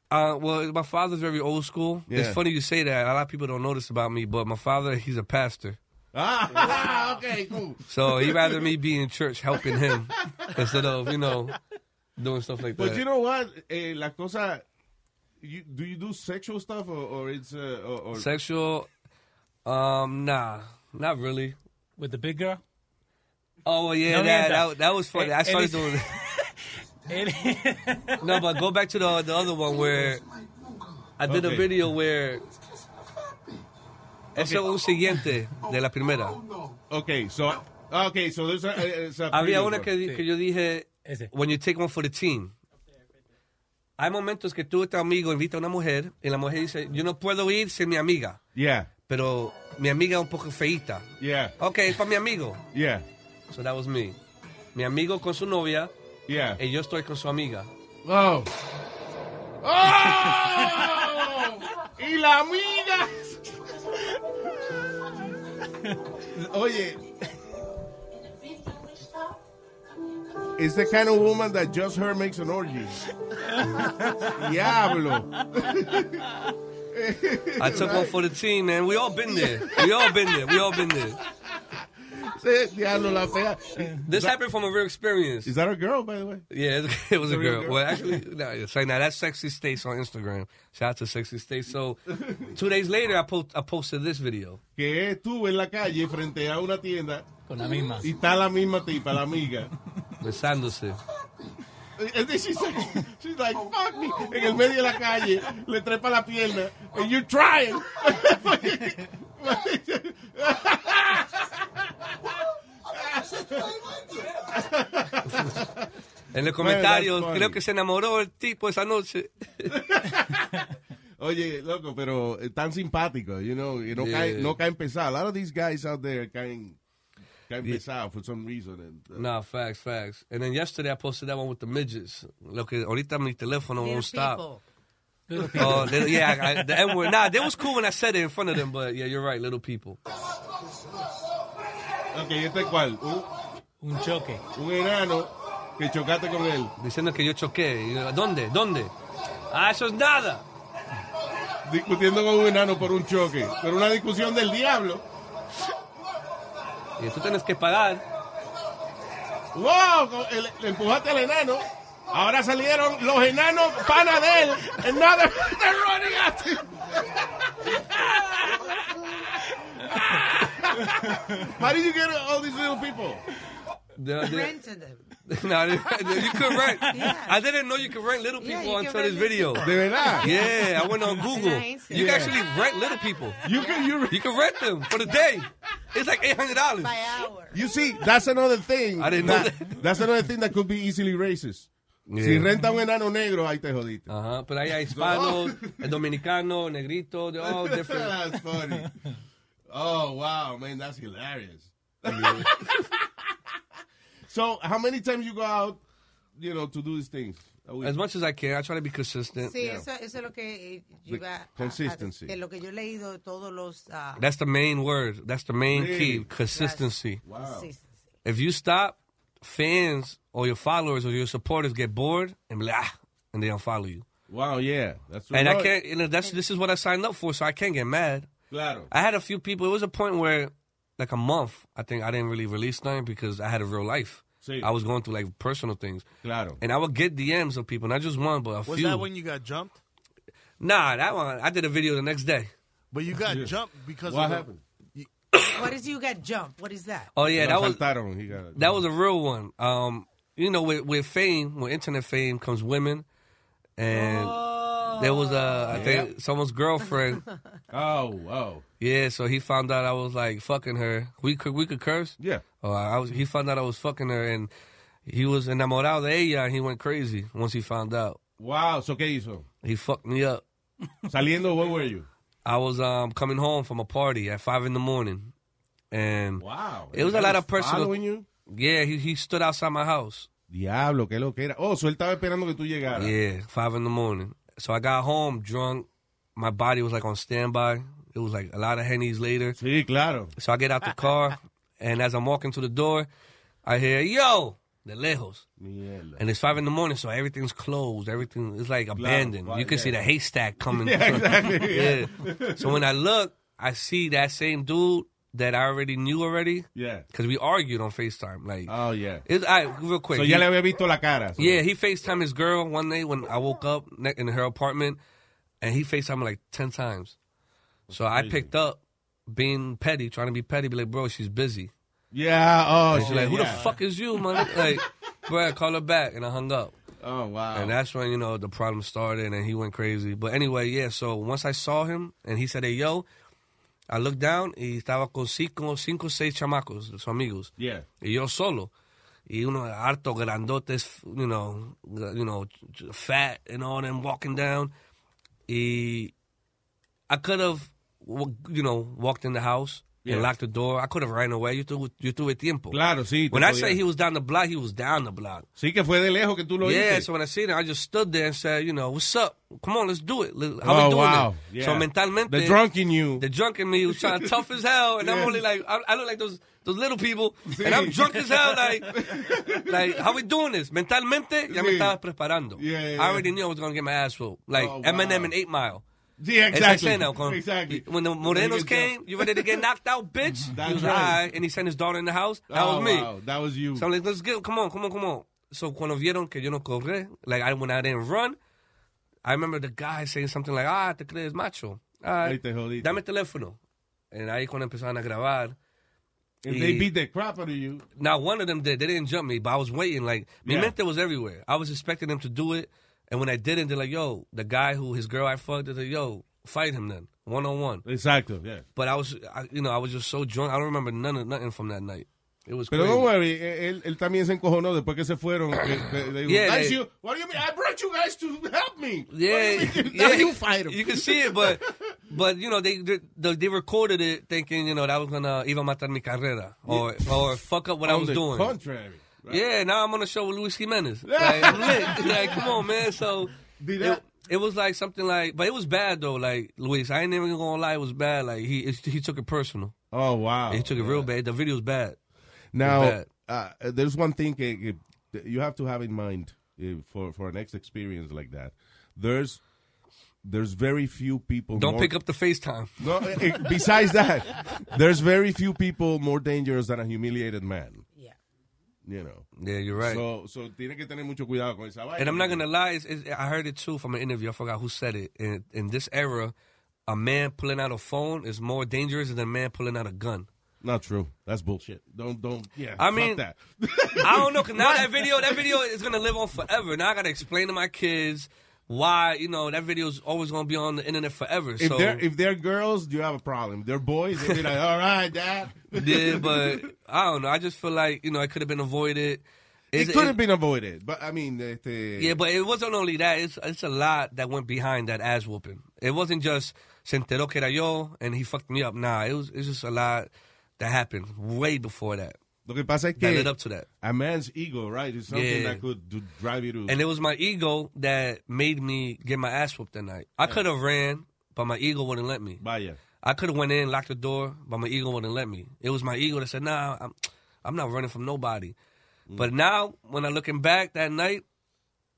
Speaker 2: uh, well, my father's very old school.
Speaker 1: Yeah.
Speaker 2: It's funny you say that. A lot of people don't notice about me, but my father, he's a pastor,
Speaker 1: Ah, okay, cool.
Speaker 2: so he rather me be in church helping him instead of you know doing stuff like
Speaker 1: But
Speaker 2: that.
Speaker 1: you know what? Eh, la cosa. You, do you do sexual stuff or, or it's. Uh, or, or-
Speaker 2: Sexual? Um, nah, not really.
Speaker 6: with the big girl.
Speaker 2: Oh well, yeah,
Speaker 6: No,
Speaker 2: that,
Speaker 6: yeah,
Speaker 2: that that was funny.
Speaker 6: it-
Speaker 2: I
Speaker 6: it
Speaker 2: started
Speaker 6: is-
Speaker 2: doing.
Speaker 6: It-
Speaker 2: No, but go back to the the other one where I did
Speaker 1: Okay.
Speaker 2: a video where. Eso es un siguiente de la primera.
Speaker 1: Okay, so. Okay, so there's a. eh, It's a
Speaker 2: Había
Speaker 1: previous
Speaker 2: una
Speaker 1: one.
Speaker 2: que, di- que yo dije,
Speaker 6: Ese.
Speaker 2: when you take one for the team. Hay momentos que tú, tu amigo, invita a una mujer y la mujer dice, yo no puedo ir sin mi amiga,
Speaker 1: Yeah,
Speaker 2: pero mi amiga es un poco feíta.
Speaker 1: yeah,
Speaker 2: Ok, es para mi amigo.
Speaker 1: yeah,
Speaker 2: So that was me. Mi amigo con su novia
Speaker 1: yeah.
Speaker 2: y yo estoy con su amiga.
Speaker 1: Oh. Oh! y la amiga. Oye. It's the kind of woman that just her makes an orgy. Diablo.
Speaker 2: I took one for the team, man. We all been there. We all been there. We all been there.
Speaker 1: Sí, Diablo la fea.
Speaker 2: This happened from a real experience.
Speaker 1: Is that a girl, by the way?
Speaker 2: Yeah, it, it was a
Speaker 1: real
Speaker 2: girl.
Speaker 1: girl?
Speaker 2: Well, actually, no, it's like now that's sexy states on Instagram. Shout out to sexy states. So, two days later, I post, I posted this video.
Speaker 1: Que estuve en la calle frente a una tienda
Speaker 6: Con la misma.
Speaker 1: y está la misma tipa, la amiga.
Speaker 2: Besándose.
Speaker 1: Eh, And then she's like, she's like, fuck me. En el medio de la calle, le trepa la pierna and you're trying.
Speaker 2: En los comentarios,
Speaker 1: that's funny.
Speaker 2: creo que se enamoró el tipo esa noche.
Speaker 1: Oye, loco, pero eh, tan simpático, you know, y no,
Speaker 2: Yeah.
Speaker 1: caen, no caen pesado. A lot of these guys out there caen, caen
Speaker 2: Yeah.
Speaker 1: pesado for some reason. and, uh,
Speaker 2: No, facts, facts. And then yesterday I posted that one with the midgets. Lo que ahorita mi teléfono
Speaker 3: Little
Speaker 2: won't stop.
Speaker 3: people.
Speaker 6: Little people.
Speaker 2: Oh, little, yeah, I, I- the N word. Nah, that was cool when I said it in front of them, but yeah, you're right, little people.
Speaker 1: Ok, este cual, un,
Speaker 6: Un choque.
Speaker 1: un enano que chocaste con él.
Speaker 2: Diciendo que yo choqué. Y yo, ¿Dónde? ¿Dónde? Ah, eso es nada.
Speaker 1: discutiendo con un enano por un choque, pero una discusión del diablo.
Speaker 2: Y tú tienes que pagar.
Speaker 1: ¡Wow! Con- el- le empujaste al enano. Ahora salieron los enanos pana de él. And now they're, they're running at him. How did you get all these little people?
Speaker 2: The- the-
Speaker 3: Rented them.
Speaker 2: no, you could rent.
Speaker 3: Yeah.
Speaker 2: I didn't know you could rent little
Speaker 3: Yeah,
Speaker 2: people
Speaker 3: you can
Speaker 2: until this
Speaker 3: rent
Speaker 2: video.
Speaker 3: little
Speaker 1: De verdad.
Speaker 2: Yeah, I went on Google.
Speaker 3: I ain't seen
Speaker 2: You can
Speaker 3: it.
Speaker 2: actually rent little people.
Speaker 1: You can you
Speaker 2: You can rent them for the day. It's like eight hundred dollars.
Speaker 3: By hour.
Speaker 1: you see that's another thing.
Speaker 2: I didn't know
Speaker 1: that-
Speaker 2: that.
Speaker 1: That's another thing that could be easily racist. Si renta un enano negro ahí te jodiste.
Speaker 2: Ajá, pero ahí hay hispanos, el dominicano, negrito, they're all different.
Speaker 1: that's funny. Oh wow, man, that's hilarious. so, how many times you go out, you know, to do these things? a week?
Speaker 2: As much as I can, I try to be consistent.
Speaker 3: Sí, eso, eso es lo que eh, yo iba a- a-
Speaker 1: Consistency.
Speaker 3: de lo que yo he leído de todos los... ah,
Speaker 2: That's the main word. That's the main
Speaker 1: Really?
Speaker 2: key. Consistency.
Speaker 1: Wow.
Speaker 3: consistency.
Speaker 2: If you stop, fans or your followers or your supporters get bored and be like, ah, and they unfollow you.
Speaker 1: Wow, yeah, that's
Speaker 2: And I
Speaker 1: right.
Speaker 2: can't. You know, that's this is what I signed up for, so I can't get mad.
Speaker 1: Claro.
Speaker 2: I had a few people. It was a point where, like a month, I think I didn't really release nothing because I had a real life.
Speaker 1: Sí.
Speaker 2: I was going through like personal things,
Speaker 1: Claro.
Speaker 2: and I would get DMs of people, not just one, but a
Speaker 4: Was
Speaker 2: few.
Speaker 4: that when you got jumped?
Speaker 2: Nah, that one. I did a video the next day.
Speaker 4: But you got jumped because
Speaker 1: What
Speaker 4: of the-
Speaker 1: happened?
Speaker 3: What is you got jump? What is that?
Speaker 2: Oh yeah,
Speaker 1: Lo
Speaker 2: that was
Speaker 1: asaltaron, he got-
Speaker 2: that was a real one. Um, you know, with with fame, with internet fame comes women, and there was a I think someone's girlfriend.
Speaker 1: Oh, wow.
Speaker 2: yeah, so he found out I was like fucking her. We could we could curse.
Speaker 1: Yeah.
Speaker 2: Oh, I was. He found out I was fucking her, and he was enamorado de ella. And he went crazy once he found out.
Speaker 1: Wow, so ¿qué hizo?
Speaker 2: He fucked me up.
Speaker 1: Saliendo, where were you?
Speaker 2: I was um coming home from a party at five in the morning, and
Speaker 1: Wow.
Speaker 2: It was a
Speaker 1: That
Speaker 2: lot of personal-
Speaker 1: following you?
Speaker 2: yeah, he he stood outside my house.
Speaker 1: Diablo, qué lo que era. Oh, so él estaba esperando que tú llegaras.
Speaker 2: Yeah, five in the morning. So I got home drunk. My body was like on standby. It was like a lot of hennies later.
Speaker 1: Sí, claro.
Speaker 2: So I get out the car, and as I'm walking to the door, I hear yo the lejos,
Speaker 1: Mierda.
Speaker 2: and it's five in the morning, so everything's closed. Everything is like abandoned.
Speaker 1: right,
Speaker 2: you can see
Speaker 1: yeah.
Speaker 2: the haystack coming.
Speaker 1: Yeah, exactly, yeah.
Speaker 2: Yeah. So when I look, I see that same dude that I already knew already
Speaker 1: Yeah.
Speaker 2: because we argued on Facetime. Like,
Speaker 1: Oh, yeah.
Speaker 2: it's all right, real quick.
Speaker 1: So
Speaker 2: He-
Speaker 1: ya le había visto la cara. so-
Speaker 2: Eh, yeah, he FaceTimed his girl one day when I woke up ne- in her apartment, and he FaceTimed her like 10 times. so I picked up being petty, trying to be petty, be like, bro, she's busy.
Speaker 1: Yeah, oh,
Speaker 2: She's
Speaker 1: shit,
Speaker 2: like, who
Speaker 1: yeah.
Speaker 2: the fuck is you, man? like, bro, call her back. And I hung up.
Speaker 1: Oh, wow.
Speaker 2: And that's when, you know, the problem started and he went crazy. But anyway, yeah, so once I saw him and he said, hey, yo, I looked down y estaba con cinco, cinco seis chamacos, sus amigos.
Speaker 1: yeah.
Speaker 2: y yo solo. Y uno harto grandotes, you know, you know, fat and all them walking down. Y I could have, you know, walked in the house
Speaker 1: Yeah.
Speaker 2: and locked the door. I could have ran away. You tuve, yo tuve tiempo.
Speaker 1: Claro, sí. te
Speaker 2: When I
Speaker 1: podía-
Speaker 2: say he was down the block, he was down the block.
Speaker 1: Sí, que fue de lejos que tú lo
Speaker 2: yeah,
Speaker 1: oíste.
Speaker 2: so when I seen him, I just stood there and said, you know, what's up? Come on, let's do it. Let- How
Speaker 1: oh,
Speaker 2: we doing
Speaker 1: wow.
Speaker 2: it?
Speaker 1: Yeah.
Speaker 2: So mentalmente,
Speaker 1: The drunk in you.
Speaker 2: the drunk in me was trying to tough as hell, and I'm only like, I, I look like those those little people, and I'm drunk as hell. Like, like how we doing this? Mentalmente, ya me
Speaker 1: Sí.
Speaker 2: estaba preparando.
Speaker 1: Yeah, yeah,
Speaker 2: I
Speaker 1: yeah.
Speaker 2: already knew I was gonna get my ass whooped. Like
Speaker 1: Oh, wow.
Speaker 2: Eminem and Eight Mile.
Speaker 1: Yeah,
Speaker 2: It's
Speaker 1: exactly.
Speaker 2: like saying that, con-
Speaker 1: exactly.
Speaker 2: When the
Speaker 1: When
Speaker 2: Morenos
Speaker 1: you get
Speaker 2: came, you ready to get knocked out, bitch?
Speaker 1: That's
Speaker 2: he was
Speaker 1: right.
Speaker 2: high, and he sent his daughter in the house. That
Speaker 1: oh,
Speaker 2: was me.
Speaker 1: Wow. That was you.
Speaker 2: So I'm like, let's go, come on, come on, come on. So cuando vieron que yo no corré, like I, when I didn't run, I remember the guy saying something like, ah, te crees macho. Ah,
Speaker 1: Ahí te jodiste.
Speaker 2: dame el teléfono. And ahí cuando empezaron a grabar,
Speaker 1: And they
Speaker 2: y-
Speaker 1: beat the crap out of you.
Speaker 2: now one of them did, they didn't jump me, but I was waiting. Like,
Speaker 1: Yeah.
Speaker 2: Memento was everywhere. I was expecting them to do it. And when I didn't, they're like, yo, the guy who, his girl I fucked, they're like, yo, fight him then, one on one.
Speaker 1: Exacto, yeah.
Speaker 2: But I was, I, you know, I was just so drunk. I don't remember none of nothing from that night. It was
Speaker 1: Pero
Speaker 2: crazy.
Speaker 1: no worry, e- él, él también se encojonó después que se fueron. que- que they-
Speaker 2: Yeah,
Speaker 1: I
Speaker 2: they-
Speaker 1: see- what do you mean? I brought you guys to help me.
Speaker 2: Yeah,
Speaker 1: What do you mean?
Speaker 2: yeah.
Speaker 1: Now you fight 'em.
Speaker 2: You can see it, but but you know they they, they recorded it thinking you know that was gonna iba a matar mi carrera or or fuck up what I
Speaker 1: On
Speaker 2: was
Speaker 1: the
Speaker 2: doing.
Speaker 1: contrary. right?
Speaker 2: Yeah, now I'm on a show with Luis Jimenez. Like, I'm lit. Like, come on, man. So
Speaker 1: Did
Speaker 2: it,
Speaker 1: that-
Speaker 2: it was like something like, but it was bad though. Like Luis, I ain't even gonna lie, it was bad. Like he it's, he took it personal.
Speaker 1: Oh, wow.
Speaker 2: he took it real bad. The video's bad.
Speaker 1: Now,
Speaker 2: It's
Speaker 1: uh, there's one thing que, que that you have to have in mind uh, for for an ex experience like that. There's there's very few people.
Speaker 2: Don't
Speaker 1: more-
Speaker 2: pick up the FaceTime.
Speaker 1: No, eh, eh, besides that, there's very few people more dangerous than a humiliated man.
Speaker 3: Yeah.
Speaker 1: You know.
Speaker 2: Yeah, you're right.
Speaker 1: So, so tiene que tener mucho cuidado con esa vaina.
Speaker 2: And I'm not gonna lie, it's, it's, I heard it too from an interview. I forgot who said it. In, in this era, a man pulling out a phone is more dangerous than a man pulling out a gun.
Speaker 1: Not true. That's bullshit. Don't don't. Yeah.
Speaker 2: I
Speaker 1: fuck
Speaker 2: mean-
Speaker 1: that.
Speaker 2: I don't know. 'cause now that video, that video is gonna live on forever. Now I gotta explain to my kids why you know that video's always gonna be on the internet forever.
Speaker 1: if
Speaker 2: so
Speaker 1: they're if they're girls, you have a problem. If they're boys, they be like, all right, dad.
Speaker 2: yeah, but I don't know. I just feel like you know it could have been avoided. It's-
Speaker 1: It could have been avoided, but I mean, este,
Speaker 2: Yeah, but it wasn't only that. It's it's a lot that went behind that ass whooping. It wasn't just se enteró que era yo and he fucked me up. Nah, it was it's just a lot that happened way before that.
Speaker 1: Lo que pasa es
Speaker 2: That
Speaker 1: que
Speaker 2: led up to that.
Speaker 1: a man's ego, right, is something
Speaker 2: Yeah.
Speaker 1: that could do, drive you to.
Speaker 2: And it was my ego that made me get my ass whooped that night. I could have ran, but my ego wouldn't let me.
Speaker 1: vaya.
Speaker 2: I could have went in, locked the door, but my ego wouldn't let me. It was my ego that said, "Nah, I'm, I'm not running from nobody."
Speaker 1: Mm.
Speaker 2: But now, when I'm looking back that night,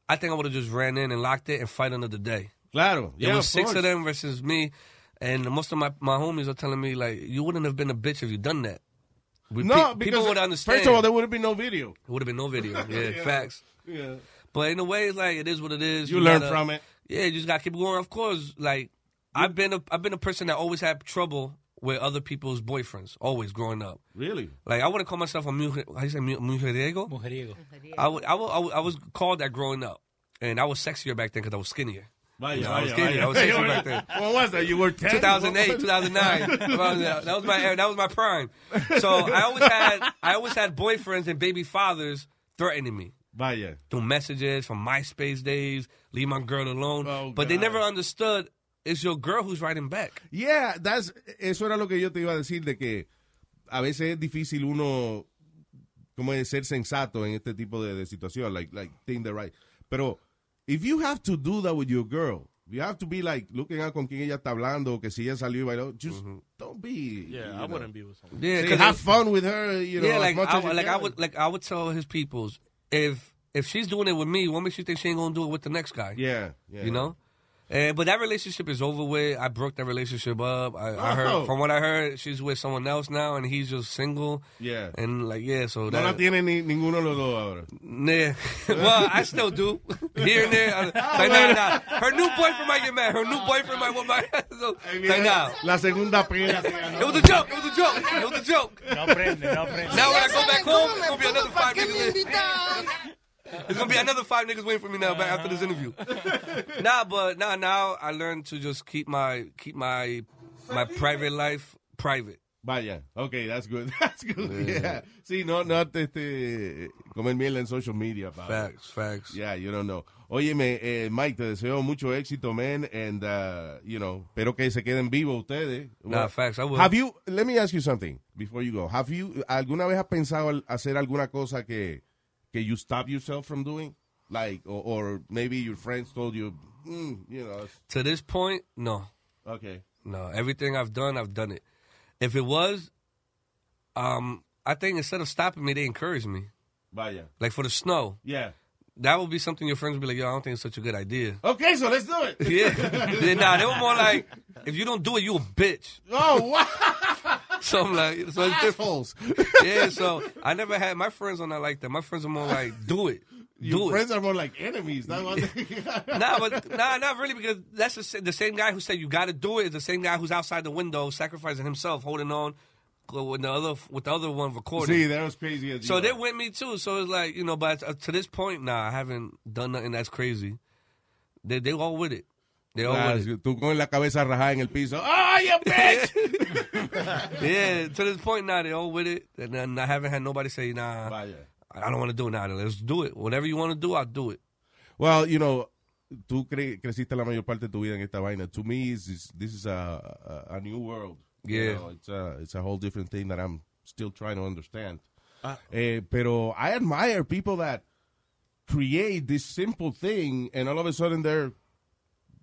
Speaker 2: I think I would have just ran in and locked it and fight another day.
Speaker 1: Claro.
Speaker 2: There
Speaker 1: Yeah,
Speaker 2: was
Speaker 1: of
Speaker 2: six of
Speaker 1: course.
Speaker 2: them versus me, and most of my, my homies are telling me like, "You wouldn't have been a bitch if you done that." We,
Speaker 1: No,
Speaker 2: pe-
Speaker 1: because
Speaker 2: people would understand.
Speaker 1: First of all, there would have been no video.
Speaker 2: it would have been no video. Yeah,
Speaker 1: Yeah.
Speaker 2: facts.
Speaker 1: Yeah.
Speaker 2: But in a way, it's like it is what it is.
Speaker 1: You learn
Speaker 2: gotta-
Speaker 1: from it.
Speaker 2: Yeah, you just gotta keep going. Of course, like I've been a I've been a person that always had trouble with other people's boyfriends. Always growing up,
Speaker 1: Really?
Speaker 2: like I wouldn't call myself a mujer. How you say mu- mujeriego?
Speaker 6: Mujeriego.
Speaker 2: I would, I would I would- I was called that growing up, and I was sexier back then because I was skinnier.
Speaker 1: Vaya,
Speaker 2: Yeah, I
Speaker 1: vaya,
Speaker 2: was kidding.
Speaker 1: vaya.
Speaker 2: I was sexy back then.
Speaker 1: When was that? You were 10?
Speaker 2: 2008, 2009. Around there. that was my era. that was my prime. So I always had I always had boyfriends and baby fathers threatening me
Speaker 1: Vaya.
Speaker 2: through messages from MySpace days. Leave my girl alone.
Speaker 1: Oh,
Speaker 2: but they
Speaker 1: God.
Speaker 2: never understood it's your girl who's writing back.
Speaker 1: Yeah, that's, eso era lo que yo te iba a decir, de que a veces es difícil uno, como es, ser sensato en este tipo de, de situación, like, like, think the right. Pero, if you have to do that with your girl, you have to be like, looking at con quién ella está hablando, que si ella salió y bailó, just don't be.
Speaker 4: Yeah, I wouldn't be with someone.
Speaker 2: Yeah,
Speaker 1: Say,
Speaker 2: 'cause
Speaker 1: have
Speaker 2: it-
Speaker 1: fun with her, you know,
Speaker 2: yeah,
Speaker 1: as
Speaker 2: like
Speaker 1: much
Speaker 2: I,
Speaker 1: as you
Speaker 2: like I
Speaker 1: can.
Speaker 2: would like I would tell his peoples if if she's doing it with me, what makes you think she ain't gonna do it with the next guy?
Speaker 1: Yeah, yeah.
Speaker 2: you know. And, but that relationship is over with. I broke that relationship up. I, I
Speaker 1: Oh.
Speaker 2: heard from what I heard, she's with someone else now, and he's just single.
Speaker 1: Yeah.
Speaker 2: and like yeah, so
Speaker 1: No
Speaker 2: that,
Speaker 1: la tiene ni, ninguno de los dos ahora.
Speaker 2: Nah. well, I still do. Here and there. I- Like, nah, nah. Her new boyfriend might get mad. Her new boyfriend might want my so, like, nah.
Speaker 1: La segunda pera.
Speaker 2: It was a joke. It was a joke. It was a joke.
Speaker 6: No aprende, no aprende.
Speaker 2: Now when I go back home, it's gonna be another five niggas. in- It's gonna be another five niggas waiting for me now back after this interview. Nah, but nah, now I learned to just keep my keep my my private life private.
Speaker 1: Vaya, okay, that's good. That's good. Yeah. Sí, no, no este, comer miel en social media. pal.
Speaker 2: Facts, facts.
Speaker 1: Yeah, you don't know. Óyeme, eh, Mike, te deseo mucho éxito, man, and uh, you know, espero que se queden vivos ustedes.
Speaker 2: Nah, facts. I will.
Speaker 1: Have you? Let me ask you something before you go. Have you alguna vez has pensado al- hacer alguna cosa que que you stop yourself from doing, like, or, or maybe your friends told you, mm, you know, it's-
Speaker 2: to this point, no.
Speaker 1: okay,
Speaker 2: No, everything I've done, I've done it. If it was, um, I think instead of stopping me, they encouraged me.
Speaker 1: vaya,
Speaker 2: Like for the snow,
Speaker 1: yeah,
Speaker 2: that would be something your friends would be like, "Yo, I don't think it's such a good idea."
Speaker 1: okay, so let's do it.
Speaker 2: yeah, Yeah, nah, they were more like, "If you don't do it, you a bitch."
Speaker 1: Oh, wow,
Speaker 2: So I'm like, so it's different.
Speaker 1: assholes.
Speaker 2: Yeah, so I never had my friends are not like that. My friends are more like, "Do it,
Speaker 1: Your
Speaker 2: do it."
Speaker 1: friends are more like enemies. That's what they-
Speaker 2: Nah, but nah, not really because that's the, sa- the same guy who said you got to do it is the same guy who's outside the window sacrificing himself, holding on. With the other, with the other one recording.
Speaker 1: See, that was crazy. as
Speaker 2: So
Speaker 1: you
Speaker 2: they
Speaker 1: are.
Speaker 2: with me too. So it's like you know, but to this point, nah, I haven't done nothing that's crazy. They they all with it. They all
Speaker 1: Ah,
Speaker 2: with it.
Speaker 1: tú con la cabeza rajada en el piso. ¡Ay, a bitch!
Speaker 2: Yeah, to this point now, they all with it. And then I haven't had nobody say, nah,
Speaker 1: Vaya.
Speaker 2: I don't want to do it now. Let's do it. Whatever you want to do, I'll do it.
Speaker 1: Well, you know, tú cre- creciste la mayor parte de tu vida en esta vaina. To me, is is- this is a, a, a new world. You
Speaker 2: Yeah.
Speaker 1: know, it's, a, it's a whole different thing that I'm still trying to understand.
Speaker 2: Ah.
Speaker 1: Eh, pero I admire people that create this simple thing and all of a sudden they're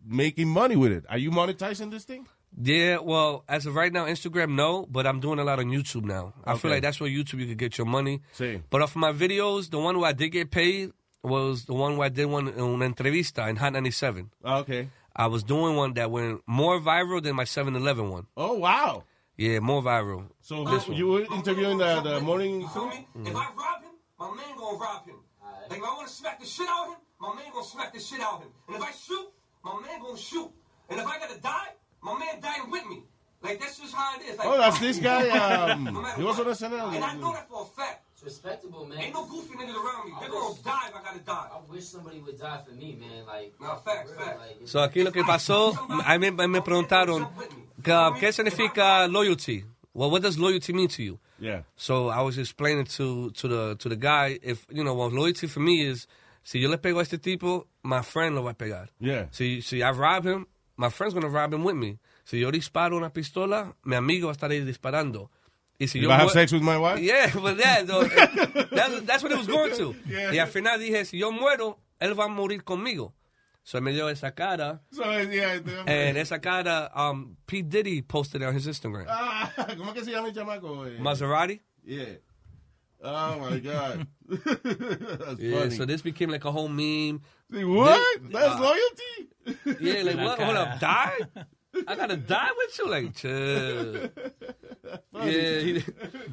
Speaker 1: making money with it. Are you monetizing this thing?
Speaker 2: Yeah, well, as of right now, Instagram, no, but I'm doing a lot on YouTube now. I
Speaker 1: Okay.
Speaker 2: feel like that's where YouTube you could get your money.
Speaker 1: Sí.
Speaker 2: But off my videos, the one where I did get paid was the one where I did one in una entrevista in Hot 97.
Speaker 1: Ah, okay.
Speaker 2: I was doing one that went more viral than my 7 Eleven one.
Speaker 1: Oh, wow.
Speaker 2: Yeah, more viral.
Speaker 1: So you were interviewing the, the morning. oh, Mm.
Speaker 5: You feel me? If I rob him, my man gonna rob him. Like if I wanna smack the shit out of him, my man gonna smack the shit out of him. And if I shoot, my man gonna shoot. And if I gotta die, my man dying with me. Like that's just how it is. Like,
Speaker 1: Oh, that's this guy.
Speaker 5: no
Speaker 1: Um,
Speaker 5: matter
Speaker 1: he was on
Speaker 5: what.
Speaker 1: the SNL.
Speaker 5: And I know that for a fact.
Speaker 7: It's respectable, man.
Speaker 5: Ain't no goofy niggas around me. They're
Speaker 7: wish-
Speaker 5: gonna die if I gotta die.
Speaker 7: I wish somebody would die for me, man. Like,
Speaker 5: No, facts,
Speaker 7: for real,
Speaker 5: facts.
Speaker 7: like, it's-
Speaker 2: So aquí lo que pasó, a mí me me preguntaron, ca- ¿qué significa loyalty? Well, what does loyalty mean to you?
Speaker 1: Yeah.
Speaker 2: So I was explaining to to the to the guy if you know well loyalty for me is si yo le pego a este tipo, my friend lo va a pegar.
Speaker 1: Yeah.
Speaker 2: Si si I rob him, my friend's gonna rob him with me. Si yo disparo una pistola, mi amigo va a estar ahí disparando. Y si
Speaker 1: You
Speaker 2: yo
Speaker 1: I have
Speaker 2: mue-
Speaker 1: sex with my wife?
Speaker 2: Yeah, but yeah, so, that's, that's what it was going to. Y al final dije, si yo muero, él va a morir conmigo. So me dio esa cara.
Speaker 1: So, eh, yeah, the-
Speaker 2: And esa cara, um, P. Diddy posted it on his Instagram.
Speaker 1: Ah, ¿Cómo que se llama el chamaco? eh?
Speaker 2: Maserati.
Speaker 1: Yeah. Oh my God. That's
Speaker 2: Yeah,
Speaker 1: funny.
Speaker 2: so this became like a whole meme.
Speaker 1: See, what?
Speaker 2: this-
Speaker 1: That's
Speaker 2: uh,
Speaker 1: loyalty?
Speaker 2: Yeah, like, what? Hold up, die? I gotta die with you? Like, chill. Yeah. he-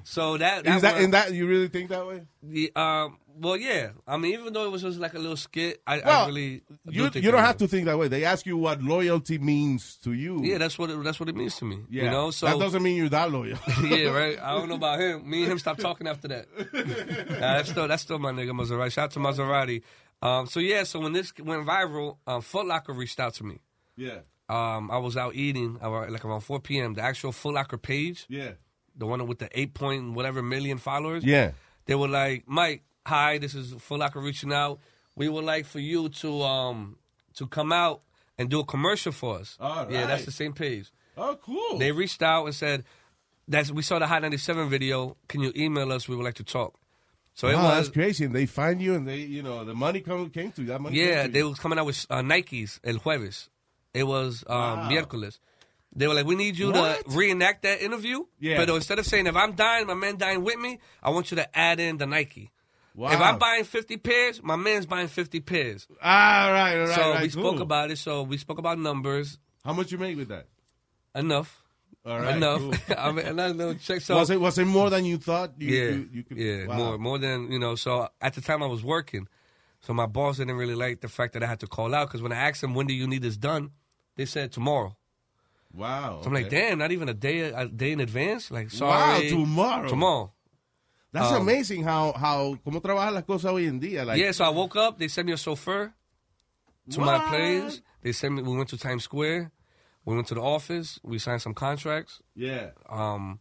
Speaker 2: so that, that,
Speaker 1: Is that,
Speaker 2: one-
Speaker 1: and that, you really think that way?
Speaker 2: the, um, well, yeah. I mean, even though it was just like a little skit, I, I
Speaker 1: Well,
Speaker 2: really do
Speaker 1: You,
Speaker 2: think
Speaker 1: you don't
Speaker 2: that
Speaker 1: have to
Speaker 2: way.
Speaker 1: think that way. They ask you what loyalty means to you.
Speaker 2: Yeah, that's what it, that's what it means to me.
Speaker 1: Yeah.
Speaker 2: You know, so
Speaker 1: that doesn't mean you're that loyal.
Speaker 2: yeah, right. I don't know about him. Me and him stopped talking after that. Nah, that's still that's still my nigga Maserati. Shout out to Maserati. Um, so yeah, so when this went viral, um, Foot Locker reached out to me.
Speaker 1: yeah.
Speaker 2: Um, I was out eating around, like around 4 p.m. The actual Foot Locker page,
Speaker 1: Yeah.
Speaker 2: the one with the eight point whatever million followers.
Speaker 1: Yeah.
Speaker 2: they were like, Mike, hi, this is Foot Locker reaching out. We would like for you to um to come out and do a commercial for us.
Speaker 1: All
Speaker 2: Yeah, that's
Speaker 1: right.
Speaker 2: the same page.
Speaker 1: Oh, cool.
Speaker 2: They reached out and said, "That's we saw the Hot 97 video. Can you email us? We would like to talk." So it
Speaker 1: wow,
Speaker 2: was
Speaker 1: that's crazy. And they find you and they, you know, the money come, came to you. That money
Speaker 2: yeah.
Speaker 1: came to
Speaker 2: They
Speaker 1: you.
Speaker 2: was coming out with uh, Nikes el jueves. It was um, miércoles. They were like, "We need you
Speaker 1: What?
Speaker 2: to reenact that interview."
Speaker 1: Yeah.
Speaker 2: But instead of saying, "If I'm dying, my man dying with me," I want you to add in the Nike.
Speaker 1: Wow.
Speaker 2: If I'm buying 50 pairs, my man's buying 50 pairs.
Speaker 1: All Ah, right, all right.
Speaker 2: so
Speaker 1: right,
Speaker 2: we
Speaker 1: cool.
Speaker 2: spoke about it. So we spoke about numbers
Speaker 1: How much you make with that?
Speaker 2: enough.
Speaker 1: All right.
Speaker 2: enough.
Speaker 1: cool.
Speaker 2: I mean, another little check. So
Speaker 1: was it was it more than you thought? You,
Speaker 2: yeah,
Speaker 1: you, you could,
Speaker 2: yeah,
Speaker 1: wow.
Speaker 2: more more than you know. So at the time I was working, so my boss didn't really like the fact that I had to call out because when I asked them when do you need this done, they said tomorrow.
Speaker 1: Wow,
Speaker 2: So I'm like,
Speaker 1: okay.
Speaker 2: damn, not even a day a day in advance. Like,
Speaker 1: Wow,
Speaker 2: sorry,
Speaker 1: tomorrow.
Speaker 2: tomorrow.
Speaker 1: That's
Speaker 2: Um,
Speaker 1: amazing how how cómo trabajan las cosas hoy en día. Like,
Speaker 2: yeah, so I woke up. They sent me a chauffeur to
Speaker 1: What?
Speaker 2: my place. They sent me. We went to Times Square. We went to the office. We signed some contracts.
Speaker 1: yeah.
Speaker 2: um,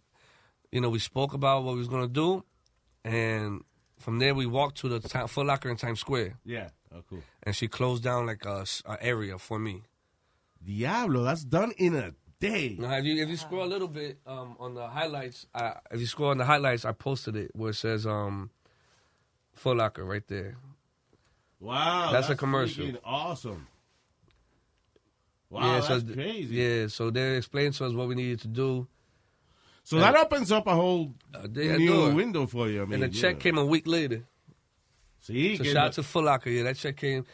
Speaker 2: you know, we spoke about what we was gonna do, and from there we walked to the Ti- Foot Locker in Times Square,
Speaker 1: Yeah. Oh, cool.
Speaker 2: and she closed down like a, s- a area for me.
Speaker 1: Diablo, that's done in a day.
Speaker 2: Now, if you if you scroll a little bit um, on the highlights, I, if you scroll on the highlights, I posted it where it says um, Foot Locker right there.
Speaker 1: Wow,
Speaker 2: That's a commercial.
Speaker 1: freaking Awesome. Wow, that's
Speaker 2: th-
Speaker 1: crazy.
Speaker 2: Yeah, so they explained to us what we needed to do,
Speaker 1: So that opens up a whole
Speaker 2: Uh, they
Speaker 1: new
Speaker 2: do it.
Speaker 1: window for you. I mean,
Speaker 2: and the
Speaker 1: you
Speaker 2: check
Speaker 1: know.
Speaker 2: came a week later.
Speaker 1: Sí,
Speaker 2: So
Speaker 1: que-
Speaker 2: shout out to Foot Locker. Yeah, that check came.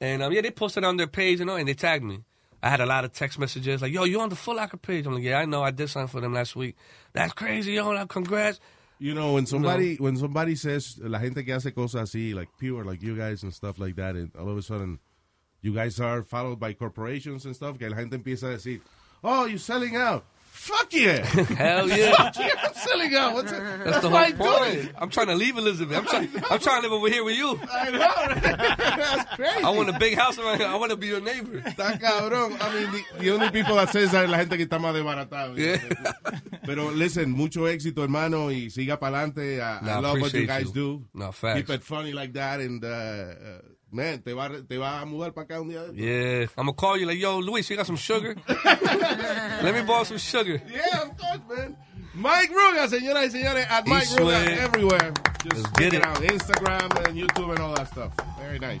Speaker 2: And um, yeah, they posted on their page, you know, and they tagged me. I had a lot of text messages like, yo, you on the Foot Locker page. I'm like, yeah, I know. I did something for them last week. That's crazy, yo. Like, congrats.
Speaker 1: You know, when somebody when somebody says la gente que hace cosas así, like pure, like you guys and stuff like that, and all of a sudden you guys are followed by corporations and stuff, que la gente empieza a decir, oh, you're selling out. Fuck yeah.
Speaker 2: Hell yeah.
Speaker 1: I'm selling out. What's it?
Speaker 2: That's the
Speaker 1: my
Speaker 2: whole point. I'm trying to leave Elizabeth. I'm trying. I'm trying to live over here with you.
Speaker 1: I know. right? That's crazy.
Speaker 2: I want a big house around here. I want to be your neighbor.
Speaker 1: Está cabrón. I mean, the, the only people that says that es la gente que está más desbaratada.
Speaker 2: Yeah.
Speaker 1: Pero listen, mucho éxito, hermano, y siga para adelante. I, I
Speaker 2: No,
Speaker 1: love what you
Speaker 2: appreciate
Speaker 1: guys
Speaker 2: you.
Speaker 1: do.
Speaker 2: No, facts.
Speaker 1: Keep it funny like that, and uh, uh, man, te va, te va a mudar para acá un día. de-
Speaker 2: Yeah. I'm gonna call you like, yo, Luis, you got some sugar? Let me borrow some sugar.
Speaker 1: Yeah, of course, man. Mike Ruga, señoras y señores, at Mike Ruga
Speaker 2: swear.
Speaker 1: everywhere. Just
Speaker 2: Let's
Speaker 1: check
Speaker 2: get
Speaker 1: it
Speaker 2: it.
Speaker 1: out. Instagram and YouTube and all that stuff. Very nice.